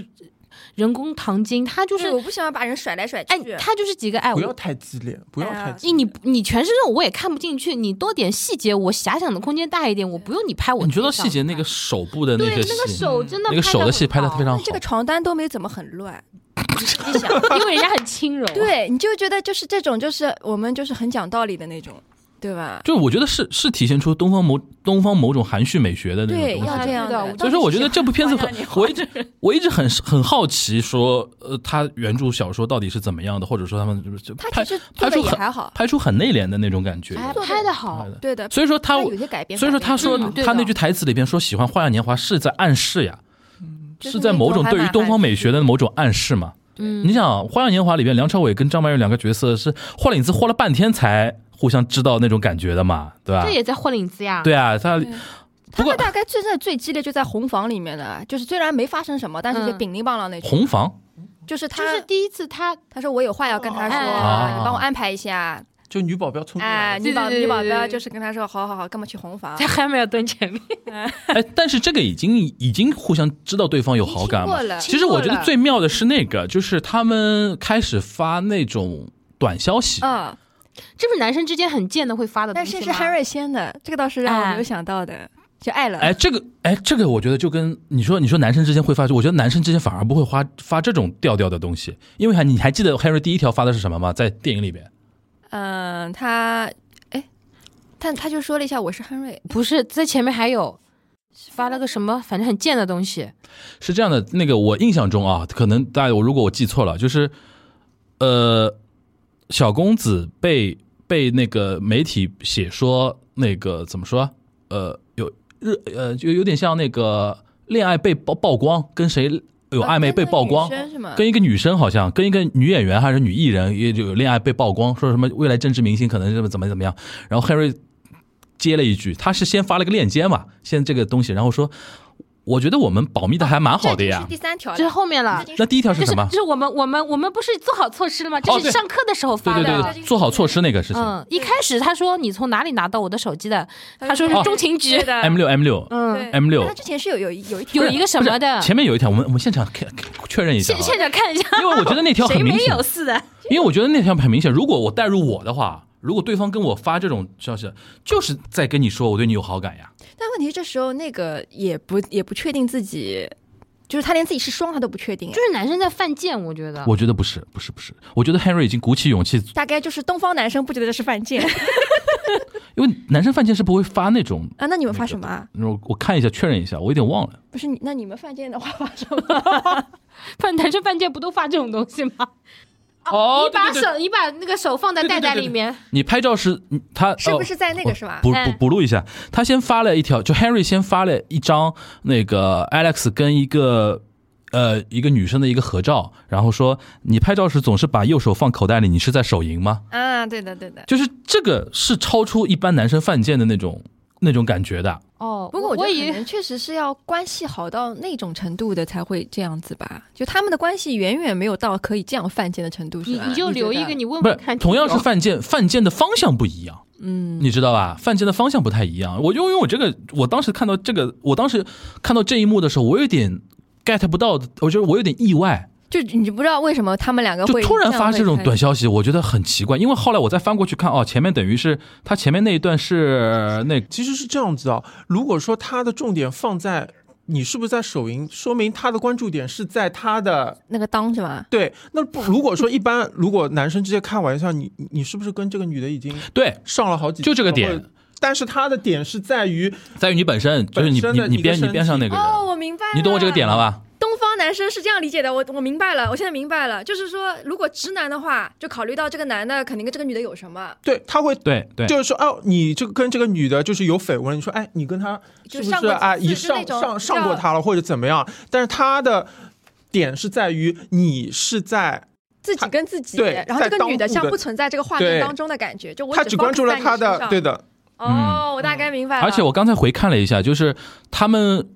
人工糖精，他就就是是我不喜欢把人甩来甩哎去，，他就是几个哎，不要我太激烈，不要哎呀太激你烈。你你全是肉，我也看不进去，你多点细节，我遐想的空间大一点，我不用你拍我嗯你自己觉想得看。细节那个手部的对些那个戏，手真的那个手的戏拍的的非常好这，个床单都没怎么很乱，你自己想， 因为人家很轻柔。，对，你就觉得就是这种就是我们就是很讲道理的那种，对吧？就我觉得是是体现出东方某东方某种含蓄美学的那对，种要东这西。样对的的我。所以说，我觉得这部片子很到底喜，欢我一直我一直很很好奇，说呃，他原著小说到底是怎么样的，或者说他们就他拍其实拍做的出也很还好，拍出很内敛的那种感觉。哎，拍的好，对的。所以说他它有些改编所以说改他编说嗯对他那的句台词里边说喜欢《花样年华》是在暗示呀，就是在某种对于东方美学的某种暗示嘛。嗯，你想《花样年华》里边梁朝伟跟张曼玉两个角色是换领子换了半天才互相知道那种感觉的嘛，对吧这？也在换领子呀。对啊，他他不过们大概最真的最激烈就在红房里面的，就是虽然没发生什么，嗯但是就叮铃棒啷那种。红房就是他，就是第一次他他说我有话要跟他说，哎嗯你帮我安排一下。就女保镖冲过哎，来，女保对对对女保对对镖对就是跟他说，好好好，跟我去红房在。汉密尔顿前 面，哎，但是这个已经已经互相知道对方有好感已经嘛过。了其实我觉经过得了最妙的是那个，就是他们开始发那种短消息，嗯，这不是男生之间很贱的会发的东但西吗？是是 Henry 先的，这个倒是让我没有想到的。就爱了。哎，这个，哎，这个，我觉得就跟你说，你说男生之间会发，我觉得男生之间反而不会发发这种调调的东西，因为还你还记得 Harry 第一条发的是什么吗？在电影里边，嗯、他，哎，但他就说了一下我是亨瑞，不是在前面还有发了个什么，反正很贱的东西，是这样的，那个我印象中啊，可能大家我如果我记错了，就是，呃，小公子被被那个媒体写说那个怎么说，呃，有日呃就有点像那个恋爱被曝曝光，跟谁有暧昧被曝光，啊跟那个女生是吗？跟一个女生好像，跟一个女演员还是女艺人，也就有恋爱被曝光，说什么未来政治明星可能是怎么怎么样。然后 Harry 接了一句，他是先发了个链接嘛，先这个东西，然后说，我觉得我们保密的还蛮好的这已经呀是。第三条这了，是后面了。那第一条是就是什么就？是我们我们我们不是做好措施了吗？这哦是对上课的时候对发对的。对对，做好措施那个事情。嗯，一开始他说你从哪里拿到我的手机的？他说哦是中情局对。的 M 六 M 六嗯， M 那六他，之前是有有一有一条有一个什么的，前面有一条，我们我们现场看确认一下现啊，现场看一下，因为我觉得那条谁很明没显有，似的？因为我觉得那条很明显。如果我带入我的话，如果对方跟我发这种消息，就是在跟你说我对你有好感呀。但问题是这时候那个也不也不确定自己，就是他连自己是双他都不确定哎就，是男生在犯贱，我觉得。我觉得不是，不是，不是。我觉得 Henry 已经鼓起勇气，大概就是东方男生不觉得这是犯 贱因为男生犯贱是不会发那种。啊？那你们发什么啊？我我看一下，确认一下，我有点忘了。不是你，那你们犯贱的话发什么？犯男生犯贱不都发这种东西吗？哦你把对对对手，你把那个手放在袋袋里面，你拍照时，你他是不哦是在那个是吧？补哎补补录一下，他先发了一条，就 Henry 先发了一张那个 Alex 跟一个呃一个女生的一个合照，然后说你拍照时总是把右手放口袋里，你是在手淫吗？ 啊，对的对的。就是这个是超出一般男生犯贱的那种那种感觉的。哦，不过我觉我得以可能确实是要关系好到那种程度的才会这样子吧，就他们的关系远远没有到可以这样犯贱的程度，是你吧？啊你就觉留一得个，你哦问不问是看，，同样是犯贱，犯贱的方向不一样，嗯，你知道吧？犯贱的方向不太一样。我就因为我这个，我当时看到这个，我当时看到这一幕的时候，我有点 get 不到，我觉得我有点意外，就你就不知道为什么他们两个就会突然样发这种会短消息，我觉得很奇怪。因为后来我再翻过去看，哦，前面等于是他前面那一段是那其实是这样子啊，如果说他的重点放在你是不是在手淫，说明他的关注点是在他的那个当是吧？对。那不如果说一般，如果男生直接开玩笑，你你你是不是跟这个女的已经对，上了好几就这个点？或者但是他的点是在于在于你本身，就是你本身你的你一个边你身边上那个人，哦，我明白，你懂我这个点了？吧？东方男生是这样理解的，我我明白了，我现在明白了，就是说，如果直男的话，就考虑到这个男的肯定跟这个女的有什么，对，他会对对，就是说，哦，你这个跟这个女的就是有绯闻，你说，哎，你跟她就是不上是过几啊，次一就上那种上上叫过她了，或者怎么样？但是她的点是在于你是在，自己跟自己，对然后这在个当女的务像的不存在这个画面对当中的感觉，就我她只关注了她的，对的。的，哦，我大概明白了。嗯而且我刚才回看了一下，就是他们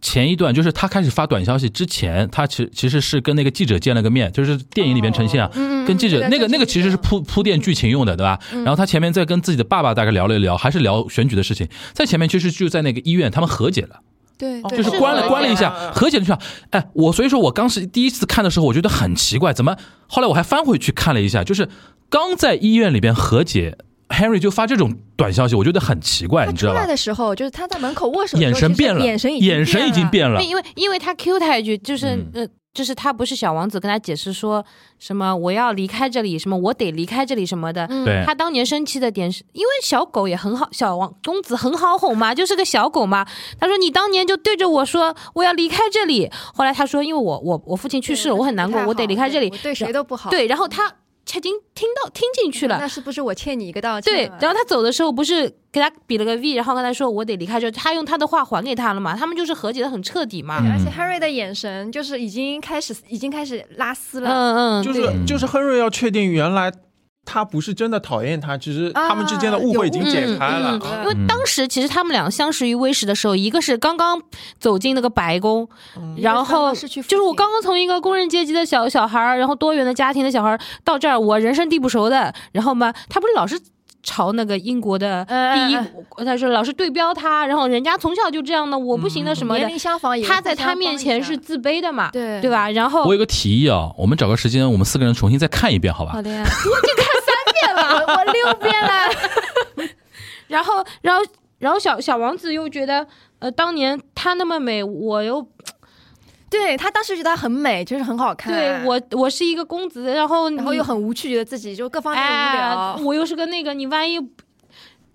前一段，就是他开始发短消息之前，他其其实是跟那个记者见了个面，就是电影里面呈现啊，跟记者嗯那个对那个其实是铺铺垫剧情用的，对吧？嗯然后他前面在跟自己的爸爸大概聊了一聊，还是聊选举的事情，在前面其实就在那个医院他们和解了。对，哦对就是是关了的关了一下啊嗯啊，啊和解了一下。哎，我所以说我当时第一次看的时候，我觉得很奇怪，怎么后来我还翻回去看了一下，就是刚在医院里边和解，Henry 就发这种短消息，我觉得很奇怪，他你知出道吧来？的时候，就是他在门口握手的时候，眼神其实变了，眼神已经眼神已经变了。变了对，。因为因为他 Q 他一句，就是、嗯呃，就是他不是小王子跟他解释说什么我要离开这里，什么我得离开这里什么的。嗯对他当年生气的点是，因为小狗也很好，小王公子很好哄嘛，就是个小狗嘛。他说你当年就对着我说我要离开这里，后来他说因为我我我父亲去世了，我很难过，我得离开这里我。对谁都不好。嗯对，然后他他已经听到听进去了那，是不是我欠你一个道歉对啊？，然后他走的时候不是给他比了个 V，然后跟他说我得离开这，他用他的话还给他了嘛，他们就是和解的很彻底嘛。嗯而且 Harry 的眼神就是已经开始，已经开始拉丝了。嗯嗯，就对是就是亨瑞要确定原来他不是真的讨厌她，只是他们之间的误会已经解开了。嗯啊因为当时其实他们俩相识于威士的时候，一个是刚刚走进那个白宫，哦然后是去就是我刚刚从一个工人阶级的小小孩儿，然后多元的家庭的小孩儿到这儿，我人生地不熟的，然后嘛，他不是老是。朝那个英国的第一呃嗯嗯，他说老是对标他，然后人家从小就这样的，我不行的什么嗯的年，龄相仿也，他在他面前是自卑的嘛，对 对吧？然后我有个提议啊，我们找个时间，我们四个人重新再看一遍，好吧？的呀，变了，我六遍了。然后，然后，然后小小王子又觉得呃，当年她那么美，我又 对他当时觉得她很美，就是很好看。对我我是一个公子，然后哎然后你又很无趣，觉得自己就各方面无哎聊，。我又是个那个，你万一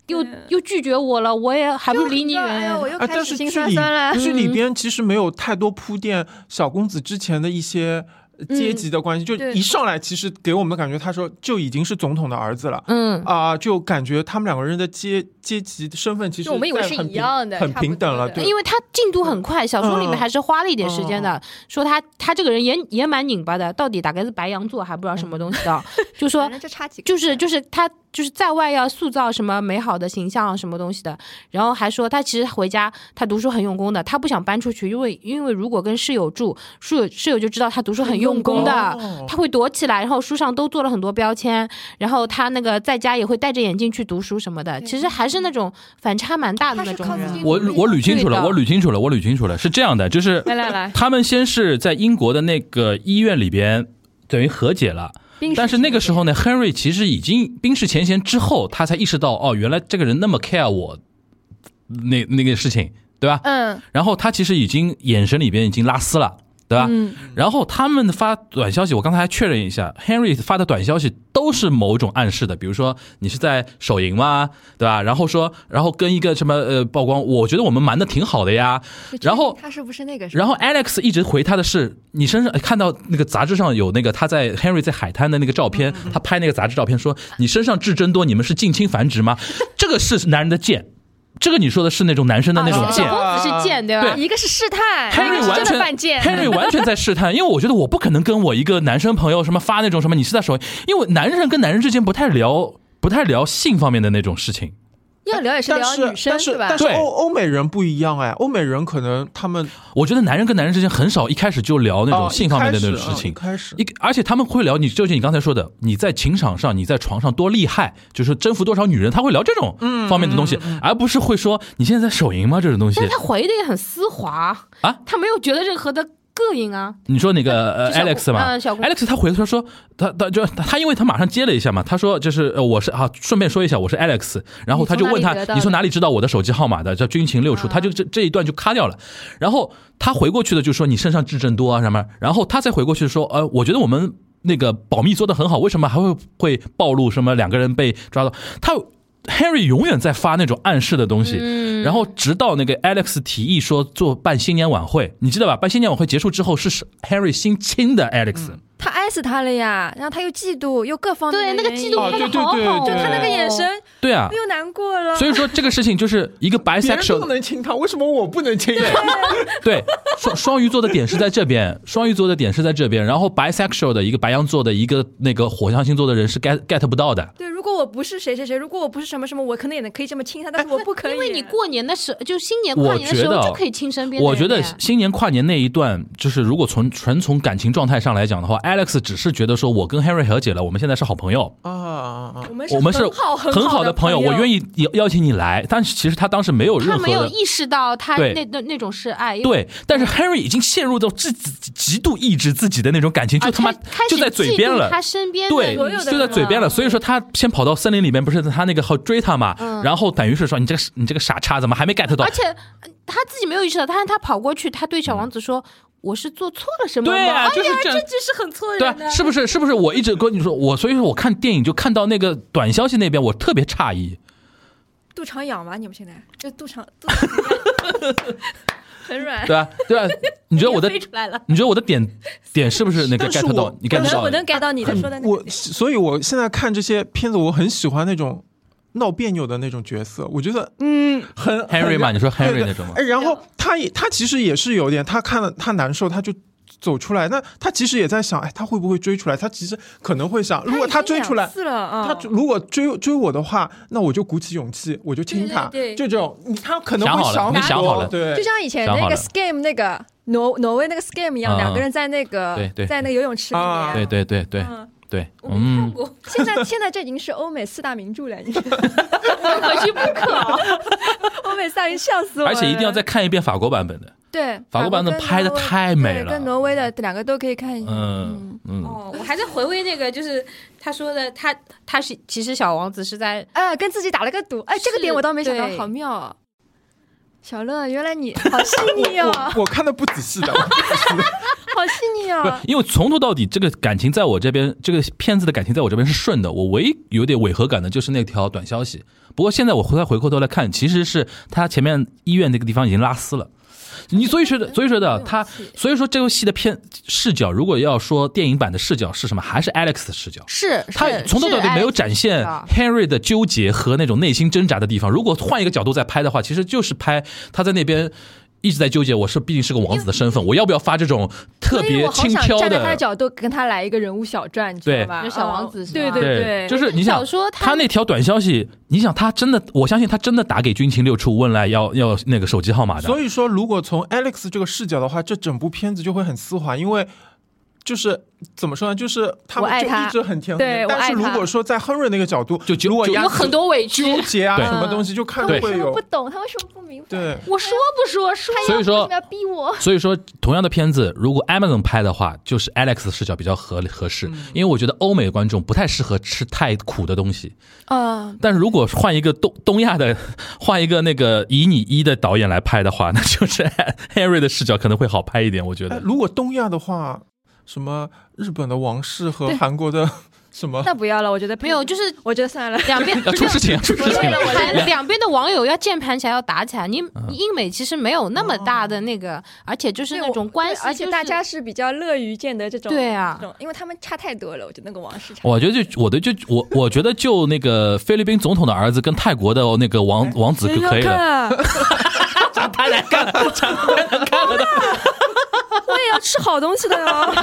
又又拒绝我了，我也还不就离你很哎呀，远。我又啊，开但始是心剧酸里酸了。剧嗯里边其实没有太多铺垫小公子之前的一些呃阶级的关系，就嗯对一上来其实给我们的感觉，他说就已经是总统的儿子了。嗯，啊、就感觉他们两个人的阶阶级身份其实就我们以为在是很一平样的很差平不等多了。的对，因为他进度很快，小说里嗯面还是花了一点时间的。说他他这个人也也蛮拧巴的，到底大概是白羊座还不知道什么东西的，就说反正就差几个，就是就是他就是在外要塑造什么美好的形象啊什么东西的，然后还说他其实回家他读书很用功的，他不想搬出去，因为因为如果跟室友住，室友室友就知道他读书很用功的，哦他会躲起来，然后书上都做了很多标签，然后他那个在家也会戴着眼镜去读书什么的，其实还是那种反差蛮大的那种他是靠自己人。啊我我捋清楚对了，的我捋清楚了，我捋清楚了，是这样的，就是来来来，他们先是在英国的那个医院里边等于和解了。但是那个时候呢，Henry 其实已经冰释前嫌之后，他才意识到哦，原来这个人那么 care 我那那个事情，对呃吧？嗯，然后他其实已经眼神里边已经拉丝了，对吧？然后他们发短消息，我刚才还确认一下，Henry 发的短消息都是某种暗示的，比如说你是在手淫吗？对吧？然后说，然后跟一个什么呃曝光，我觉得我们瞒的挺好的呀，然后他是不是那个？然后 Alex 一直回他的是，你身上哎看到那个杂志上有那个他在 Henry 在海滩的那个照片，他拍那个杂志照片说你身上痣真多，你们是近亲繁殖吗？ 这个是男人的贱，这个你说的是那种男生的那种哦啊贱小。公子是贱对吧？一个是试探 Henry 完全嗯 Henry 完全在试探，因为我觉得我不可能跟我一个男生朋友什么发那种什么你是在手淫，因为男人跟男人之间不太聊不太聊性方面的那种事情。要聊也是但聊是女生但是吧但？是对欧欧美人不一样哎，欧美人可能他们我觉得男人跟男人之间很少一开始就聊那哦种性方面的那种事一情，开始。嗯一开始一而且他们会聊你，就是你刚才说的，你在情场上，你在床上多厉害，就是征服多少女人，他会聊这种方面的东西，而不是会说你现在在手淫吗这种东西嗯但是他回的也很丝滑啊。他没有觉得任何的膈应啊。你说那个呃就小 Alex 嘛嗯小公，Alex 他回头说他他就他他因为他马上接了一下嘛，他说就是呃我是啊顺便说一下我是 Alex，然后他就问他你从哪里得到的啊你从哪里知道我的手机号码的？叫军情六处，他就这这一段就卡掉了。然后他回过去的就说你身上痣真多啊什么，然后他再回过去说呃我觉得我们那个保密做得很好，为什么还会会暴露什么两个人被抓到？他 Harry 永远在发那种暗示的东西，然后直到那个 Alex 提议说做办新年晚会，你记得吧？办新年晚会结束之后是 Harry 新亲的 Alex，、嗯他爱死他了呀，然后他又嫉妒，又各方对面那的个原嫉因妒哦拍的对对好对好哦，对他那个眼神对啊，又难过了，所以说这个事情就是一个别人都 bisexual，能亲他，为什么我不能亲？ 对双双鱼座的点是在这边，双鱼座的点是在这边，然后 bisexual 的一个白羊座的一个那个火象星座的人是 get get 不到的，对，如果我不是谁谁谁，如果我不是什么什么，我可能也能可以这么亲他，但是我不可以，因为你过年的时候，就新年我跨年的时觉候得就可以亲身边的我觉人得呀新年跨年那一段，就是如果从纯从感情状态上来讲的话，Alex 只是觉得说我跟 Harry 和解了，我们现在是好朋友，啊啊啊！我们我们是很好很好的的朋友，我愿意。意邀邀请你来。但是其实他当时没有任他何没有的。意识到他对那那那种是爱，因为对，但是 Harry 已经陷入到自己极度抑制自己的那种感情，啊就他妈开开始就在嘴边嫉妒了。他身边的对，人有的就在人嘴边了，所以说他先跑到森林里面，不是他那个好追他嘛，然后等于是说你这个你这个傻叉怎么还没 get 到而？且呃他自己没有意识到，但是他跑过去，他对小王子说：“我是做错了什么吗？”对啊，哎就是这样这是很错对啊人的，，是不是？是不是？我一直跟你说，我所以说我看电影就看到那个短消息那边，我特别诧异。肚肠痒吗？你们现在就肚肠 肚肠很软，对吧？对吧？你觉得我的也，出来了。你觉得我的点点是不是那个但是 get 到我？你我 get 能到我？能 get 到你的说的那个嗯我，所以我现在看这些片子，我很喜欢那种闹别扭的那种角色，我觉得嗯，很 Henry 嘛，很你说 Henry 对那种吗？哎，然后他也他其实也是有点，他看了他难受，他就。走出来，那他其实也在想，哎，他会不会追出来？他其实可能会想，如果他追出来，是了啊他，如果追追我的话，那我就鼓起勇气，我就亲他。对对对就这种，你他可能想会好了很你想多好了对，就像以前想那好个了 scam 那个挪挪威那个 scam 一样，啊两个人在那个对对在那个游泳池里啊面。对对对对嗯对，我没看嗯，过，现在现在这已经是欧美四大名著了， 你回去补课啊。欧美四大名著笑死我了。而且一定要再看一遍法国版本的，对法国版本跟拍的挪威太美对跟了。挪威的两个都可以看一下。嗯嗯，哦，我还在回味那个，就是他说的，他他是其实小王子是在啊哎，跟自己打了个赌，哎，这个是点我倒没想到，对好妙哦！小乐，原来你好细腻 哦，我我看的不仔细的，我不仔细的好细腻不是哦，，因为从头到底这个感情在我这边，这个片子的感情在我这边是顺的。我唯一有点违和感的就是那条短消息。不过现在我回来回过头来看，其实是他前面医院那个地方已经拉丝了。你所以说的，所以说的他，所以说这部戏的片视角，如果要说电影版的视角是什么，还是 Alex 的视角。是他从头到底没哎有展现 Henry 的纠结和那种内心挣扎的地方。如果换一个角度再拍的话，其实就是拍他在那边一直在纠结，我是毕竟是个王子的身份，我要不要发这种特所以别我好轻想飘站在他的的？角度跟他来一个人物小传，你知对道吧？就小王嗯子是对吧对就是你想小说它他那条短消息，你想他真的，我相信他真的打给军情六处问来要要那个手机号码的。所以说，如果从 Alex 这个视角的话，这整部片子就会很丝滑，因为就是怎么说呢，就是他我们爱就他一直很甜很甜对我但是爱如他果说在亨瑞那个角度，就就如果就压有很多委屈。纠结啊对什么东西，就看对会有不懂，他为什么不明白？对我说不说？说他要所以说为什么要逼我？所以说，同样的片子，如果 Amazon 拍的话，就是 Alex 的视角比较合合嗯适，因为我觉得欧美观众不太适合吃太苦的东西。啊，但是如果换一个东东亚的，换一个那个以你一的导演来拍的话，那就是 Henry 的视角可能会好拍一点，我觉哎得。如果东亚的话，什么日本的王室和对韩国 的什么，那不要了，我觉得没有，，就是我觉得算了。 两边 要啊出事情，要出事情了！啊还两边的网友要键盘侠要打起来，你你英美其实没有那么大的那个，而且就是那种关系哦对，而且就是大家是比较乐于见得这种对啊这种，因为他们差太多了，我觉得那个王室差。我觉得就我的就我我觉得就那个菲律宾总统的儿子跟泰国的那个哎王王子就可以了，啊， 他来干了， 我也要吃好东西的哟，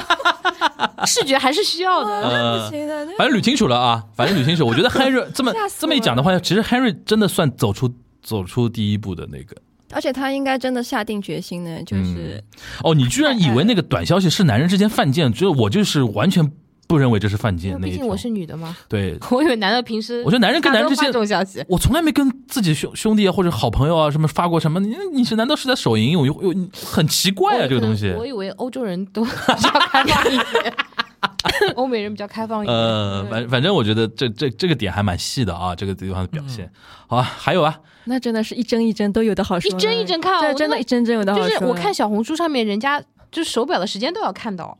视觉还是需要哦的。 呃不，行的，那反正捋清楚了啊，反正捋清楚。我觉得 Henry 这么吓死这么一讲的话，其实 Henry 真的算走出走出第一步的那个。而且他应该真的下定决心呢，就是哦，你居哎然以为那个短消息是男人之间犯贱，只有我就是完全不认为这是犯因贱为那一毕条。竟我是女的嘛，对，我以为男的平时我觉得男人跟男人之间这种 消息，我从来没跟自己兄兄弟啊或者好朋友啊什么发过什么，你你是难道是在手淫？我又又你很奇怪啊，这个东西我。以为欧洲人都 比较开放一点， 欧美人比较开放一点。呃，反反正我觉得这这这个点还蛮细的啊，这个地方的表嗯现。好啊，还有啊， 那真的是一帧一帧都有的好说一呢，帧一帧看这我真的，他一帧帧有的好就说呢。是我看小红书上面人家就是手表的时间都要看到，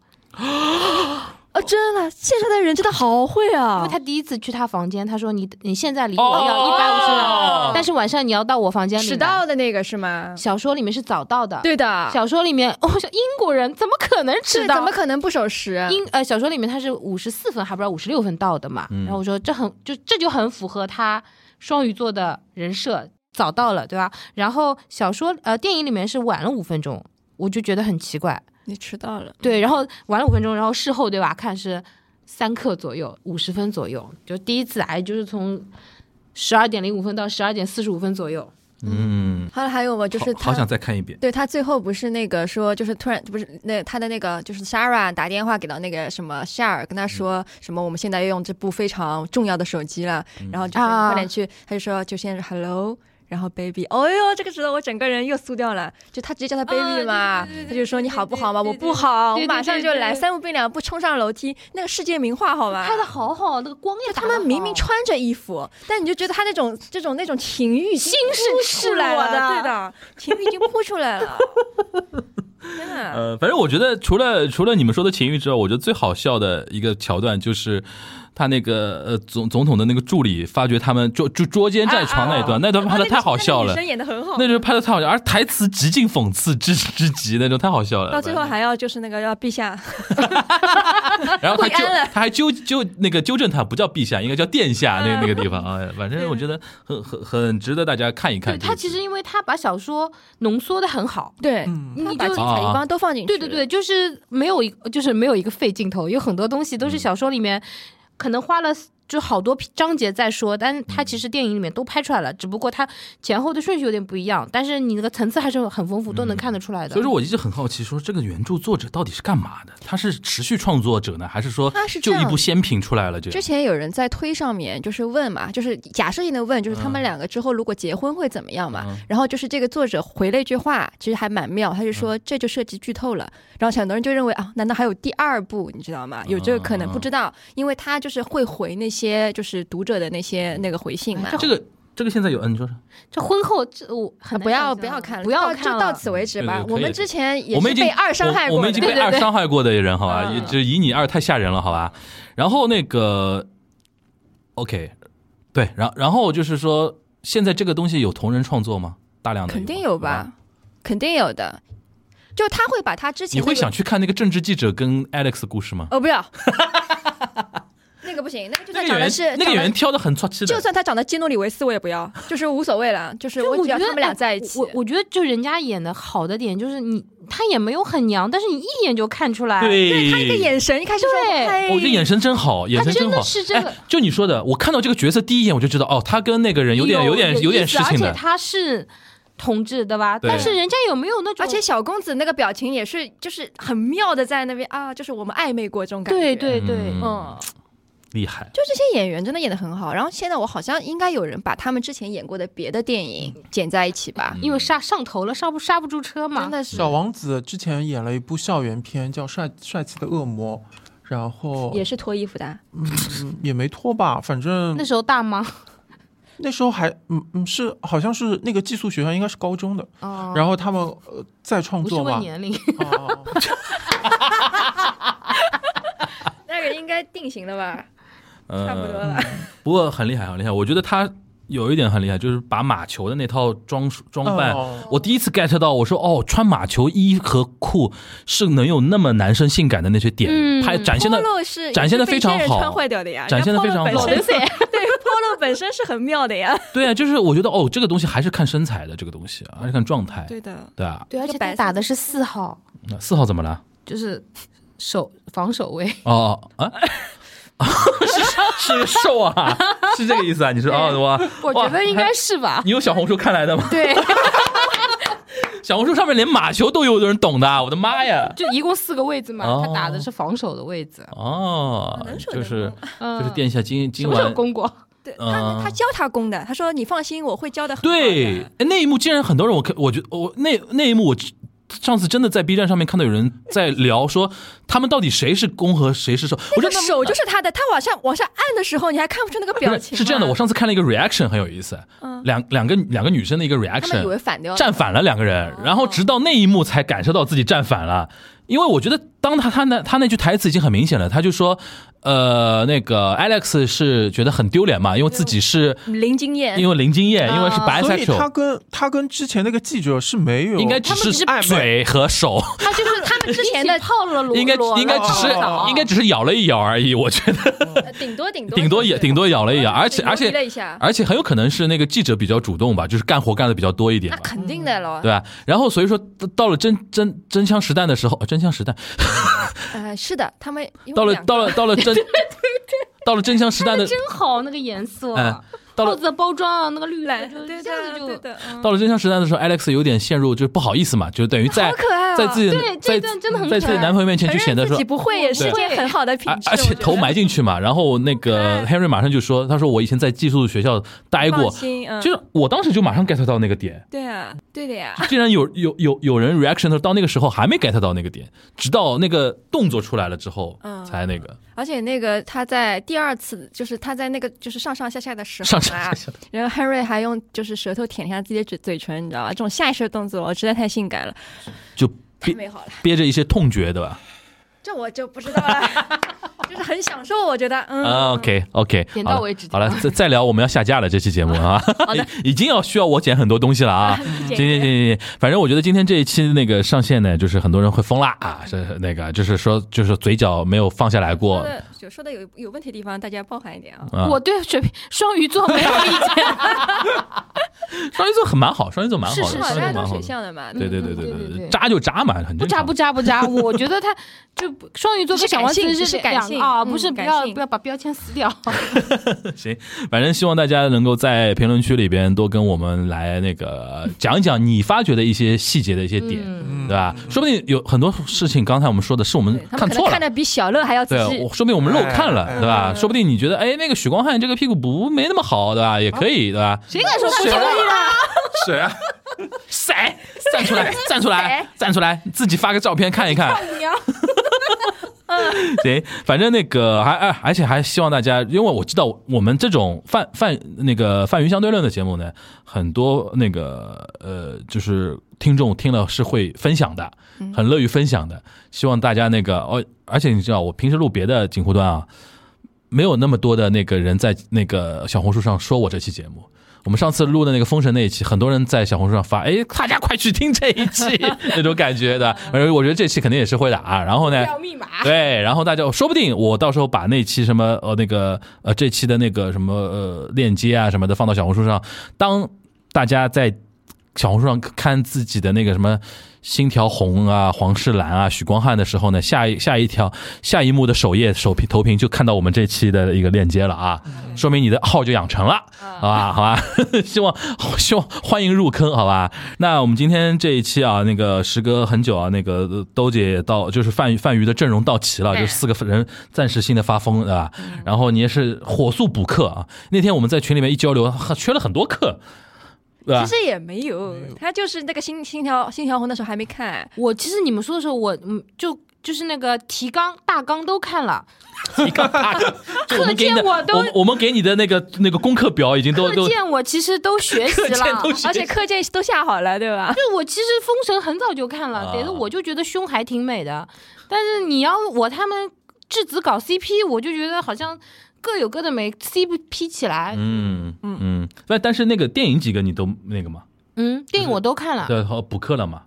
哦，真的，线上的人真的好会因啊为！他第一次去他房间，他说你你现哦在离我要一百五十秒，但是晚上你要到我房间里来迟到。的那个是吗？小说里面是早到的，对的，小说里面 我想英国人怎么可能迟是到？怎么可能不守时？啊英呃小说里面他是五十四分，还不知道五十六分到的嗯嘛。然后我说这很就这就很符合他双鱼座的人设，早到了对吧？然后小说呃电影里面是晚了五分钟，我就觉得很奇怪。你迟到了，对，然后晚了五分钟，然后事后对吧？看是三刻左右，五十分左右，就第一次来就是从十二点零五分到十二点四十五分左右。嗯，还有还有嘛，就好是好他。想再看一遍。对他最后不是那个说，就是突然不是那他的那个就是 Sarah 打电话给到那个什么 Shar，跟他说什么我们现在要用这部非常重要的手机了，然后就说啊你快点去，他就说就先是 Hello。然后 baby，哦呦，这个时候我整个人又酥掉了。就他直啊接叫他 baby 嘛，他就说你好不好嘛？我不好，我对对马上就对来，对三步并两步冲上楼梯，那个世界名画好吗？拍的好好，那个光也就他们明明穿着衣服，但你就觉得他那种这种那种情欲已经心扑是出来赤裸的了，对 的，情欲已经扑出来了。天哪！呃，反正我觉得除了除了你们说的情欲之外，我觉得最好笑的一个桥段就是他那个呃总总统的那个助理发觉他们捉捉捉奸在床那一段，那段拍的太好笑啊哦那了个女，生哦演的很好那，就是拍的太好笑，而台词极尽讽刺之之极，那种太好笑了。到最后还要就是那个要陛下，然后他跪纠安了他还纠纠那个纠正他，不叫陛下，应该叫殿下嗯那那个地方啊。反正我觉得很很很值得大家看一看对这个。他其实因为他把小说浓缩的很好，对，嗯你嗯把啊就精彩一方都放进去，对对对，就是没有一就是没有一个废镜头，有很多东西都嗯是小说里面可能花了。就好多章节在说，但是它嗯其实电影里面都拍出来了，只不过它前后的顺序有点不一样，但是你那个层次还是很丰富，都能看得出来的。嗯所以说，我一直很好奇，说这个原著作者到底是干嘛的？他是持续创作者呢，还是说他是这就样一部仙品出来了就？之前有人在推上面就是问嘛，就是假设性的问，就是他们两个之后如果结婚会怎么样嘛？嗯然后就是这个作者回了一句话，其实还蛮妙，他就嗯说这就涉及剧透了。然后很多人就认为啊，难道还有第二部？你知道吗？有这个可能，嗯不知道，因为他就是会回那些就是读者的那些那个回信嘛。这个这个现在有，嗯，你说说，这婚后这我很难啊不要想象不要看了，不要到看就到此为止对吧对。可以我们之前也我们已是经被二伤害我，过的，我们已经被对对二对伤害过的人，好吧，嗯也就以你二太吓人了，好吧。然后那个，OK，对，然然后就是说，现在这个东西有同人创作吗？大量的肯定吗有吧？，肯定有的。就他会把他之前你那个会想去看那个政治记者跟 Alex 的故事吗？哦，不要， 那个不行，那个就那个算演长得员是那个长演得员挑的很出气的，就算他长得基努里维斯，我也不要，就是无所谓了，就是就我只觉要得他们俩在一起哎。我我觉得就人家演的好的点就是你，他也没有很娘，但是你一眼就看出来，对，他一个眼神一开始说，对哎哦我觉得眼神真好，眼神真好，的是这个哎。就你说的，我看到这个角色第一眼我就知道，哦，他跟那个人有点有点有点意思事情而的且。他是同志对吧？对但是人家有没有那种，而且小公子那个表情也是，就是很妙的在那边啊，就是我们暧昧过这种感觉。对对对，嗯嗯，厉害，就这些演员真的演的很好。然后现在我好像应该有人把他们之前演过的别的电影剪在一起嗯吧？因为刹上头了，刹不刹不住车嘛真。的是小王子之前演了一部校园片，叫《帅帅气的恶魔》，然后也是脱衣服的啊，嗯也没脱吧，反正那时候大吗？那时候还嗯嗯是好像是那个寄宿学校应该是高中的，哦，然后他们呃再创不是作问啊嘛， 年龄，哦那个应该定型了吧？嗯，差不多了。不过很厉害，很厉害。我觉得他有一点很厉害，就是把马球的那套装束装扮，哦我第一次 get 到，我说哦，穿马球衣和裤是能有那么男生性感的那些点，嗯拍展现的 polo 是展现得也是被非常真人好穿坏掉的呀，展现得非常好人家 polo 本身对对 polo 本身是很妙的呀。对啊，就是我觉得哦，这个东西还是看身材的，这个东西啊还是看状态， 对的，对啊。 对，而而且且他他打打的的是四号，那四号怎么了？就是守防守 位。哦哦啊， 是是瘦啊，是这个意思啊？你说哦我我觉得应哇该还是吧。你有小红书看来的吗？ 对，小红书上面连马球都有人懂的，啊我的妈呀！ 就一共四个位置嘛，哦他打的是防守的位置。哦，就是嗯，就是垫一下今什今么时晚候攻过？对嗯他他教他攻的，他说你放心，我会教的很好的。对，哎那一幕竟然很多人我，看，我觉得我那那一幕我只。上次真的在 B 站上面看到有人在聊说，他们到底谁是攻和谁是受？我说那个他们手就是他的，他往下往下按的时候，你还看不出那个表不是情。嗯是这样的，我，上次看了一个 reaction 很有意思，两两个两个女生的一个他们以为哦 reaction，反掉了，站反了两个人，然后直到那一幕才感受到自己站反了，因为我觉得当他他那他那句台词已经很明显了，他就说，呃，那个 Alex 是觉得很丢脸嘛，因为自己是零经验，因为零经嗯验，因为是啊所以他 bisexual，跟他跟之前那个记者是没有，应该只他们只是是嘴和手。他就是他们之前的泡了裸，应该应该只是应该只是咬了一咬而已，我觉得呃顶多顶多嗯顶多也顶多咬了一咬，而且顶多而逼了且哎一下，而且很有可能是那个记者比较主动吧，就是干活干的比较多一点那吧，肯定的了。对吧？然后所以说到到了真真真枪实弹的时候，呃真枪实弹呃，是的，他们因为到了两个到了到了 真到了真枪实弹的真好那个颜色嗯，到帽了子的包装啊，那个绿蓝，就对这样的子对就。的，嗯到了真枪实弹的时候，Alex 有点陷入就是不好意思嘛，就等于在好可爱啊！在自己的对这在一段真的很在自己可的爱男朋友面前就承显认得自说己不会也是对一件很好的品而质，而且我觉得头埋进去嘛，然后那个 Harry 马上就说：“他说我以前在寄宿学校待放过，心，嗯，就是我当时就马上 get 到那个点， 对啊，对的呀，竟然有有有有人 reaction 到到那个时候还没 get 到那个点，直到那个动作出来了之后，嗯才那个而且那个他在第二次，就是他在那个就是上上下下的时候上啊，上下下。然后 Henry 还用就是舌头舔一下自己的嘴嘴唇，你知道吧？这种下意识的动作，我实在太性感了，就太憋美好了。憋着一些痛觉，对吧、这我就不知道 了，就是很享受，我觉得，嗯。啊 o k OK，点好到了为止好了，再再聊，我们要下架了这期节目啊，已经要需要我剪很多东西了啊。行行行行行，反正我觉得今天这一期那个上线呢，就是很多人会疯啦啊，是那个就是说就是嘴角没有放下来过说。的有说的有有问题的地方，大家包含一点啊。啊我对水瓶双鱼座没 有意见，双鱼座很蛮好，双鱼座蛮好的，是是双鱼大座家蛮都好水的。象的嘛，对对对对嗯嗯对对对，对渣就渣嘛，很不正渣常。不渣不渣， 我觉得他就双鱼座跟小王这子是感性这是感两性啊，嗯不是不感要性不要把标签撕掉。行，反正希望大家能够在评论区里边多跟我们来那个讲一讲你发掘的一些细节的一些点，对吧？说不定有很多事情，刚才我们说的是我们对嗯他们看可能错看了。的比小乐还要仔对，细我。说不定我们漏看了，哎哎对吧？说不定你觉得，哎，那个许光汉这个屁股不没那么好，对吧？也可以，对嗯吧？谁敢说不是故意的？谁啊？谁站出来，站出来，站出来，自己发个照片看一看。娘，行，反正那个还哎而而且还希望大家，因为我知道我们这种泛泛那个泛云相对论的节目呢，很多那个呃，就是听众听了是会分享的，很乐于分享的。希望大家那个哦，而且你知道，我平时录别的锦湖端啊，没有那么多的那个人在那个小红书上说我这期节目。我们上次录的那个封神那一期，很多人在小红书上发，哎，大家快去听这一期， 那种感觉的。而我觉得这期肯定也是会的啊。然后呢，要密码。 对，然后大家说不定我到时候把那期什么呃那个呃这期的那个什么呃链接啊什么的放到小红书上，当大家在小红书上看自己的那个什么星条红啊、黄世兰啊、许光汉的时候呢，下一下一条下一幕的首页首屏头屏就看到我们这期的一个链接了啊，说明你的号就养成了，啊好吧，好吧， 希望希望欢迎入坑，好吧。那我们今天这一期啊，那个时隔很久啊，那个呃兜姐也到就是泛泛娱的阵容到齐了，就四个人暂时性的发疯，对吧？嗯然后你也是火速补课啊。那天我们在群里面一交流，很缺了很多课，对吧其？实也没有，他就是那个心心条心条红那时候还没看，我其实你们说的时候，我嗯就就是那个提纲大纲都看了，你看，就我们给你的，课件我都我们我们给你的那个那个功课表已经都课都件我其实都学习课件了都。学而且课件都下好了，对吧？就我其实封神很早就看了，啊别的我就觉得胸还挺美的，但是你要我他们质子搞 CP，我就觉得好像各有各的美，CP 起来。嗯嗯嗯，但但是那个电影几个你都那个嘛，嗯，电影我都看了，对，好补课了嘛，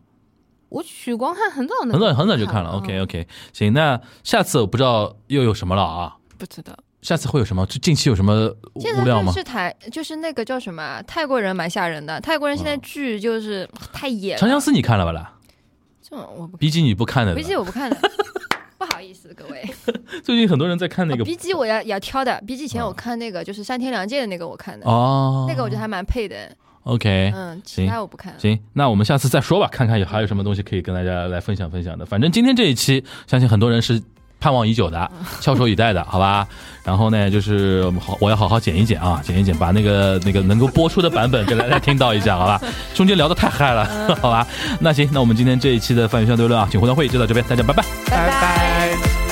我许光汉很早那很个早很早就看了。OK 嗯 OK，行，那下次我不知道又有什么了啊？不知道。下次会有什么？就近期有什么现物在料就吗？是台，就是那个叫什么啊泰国人蛮吓人的，泰国人现在嗯剧就是 太野长了，相思你看了吧啦？这种我不笔记你不看的吧，B 级我不看的， 不好意思各位最近很多人在看那个啊，B 级我要也要挑的，B 级以前嗯我看那个就是三天两夜的那个我看的，哦，那个我觉得还蛮配的， OK。嗯，其他我不看。行，那我们下次再说吧，看看有还有什么东西可以跟大家来分享分享的。反正今天这一期，相信很多人是盼望已久的， 翘首以待的，好吧？然后呢，就是我们好，我要好好剪一剪啊，剪一剪，把那个那个能够播出的版本给大家听到一下，好吧？中间聊的太嗨 了，好吧？那行，那我们今天这一期的泛云相对论啊，请互动会就到这边，大家拜拜。拜拜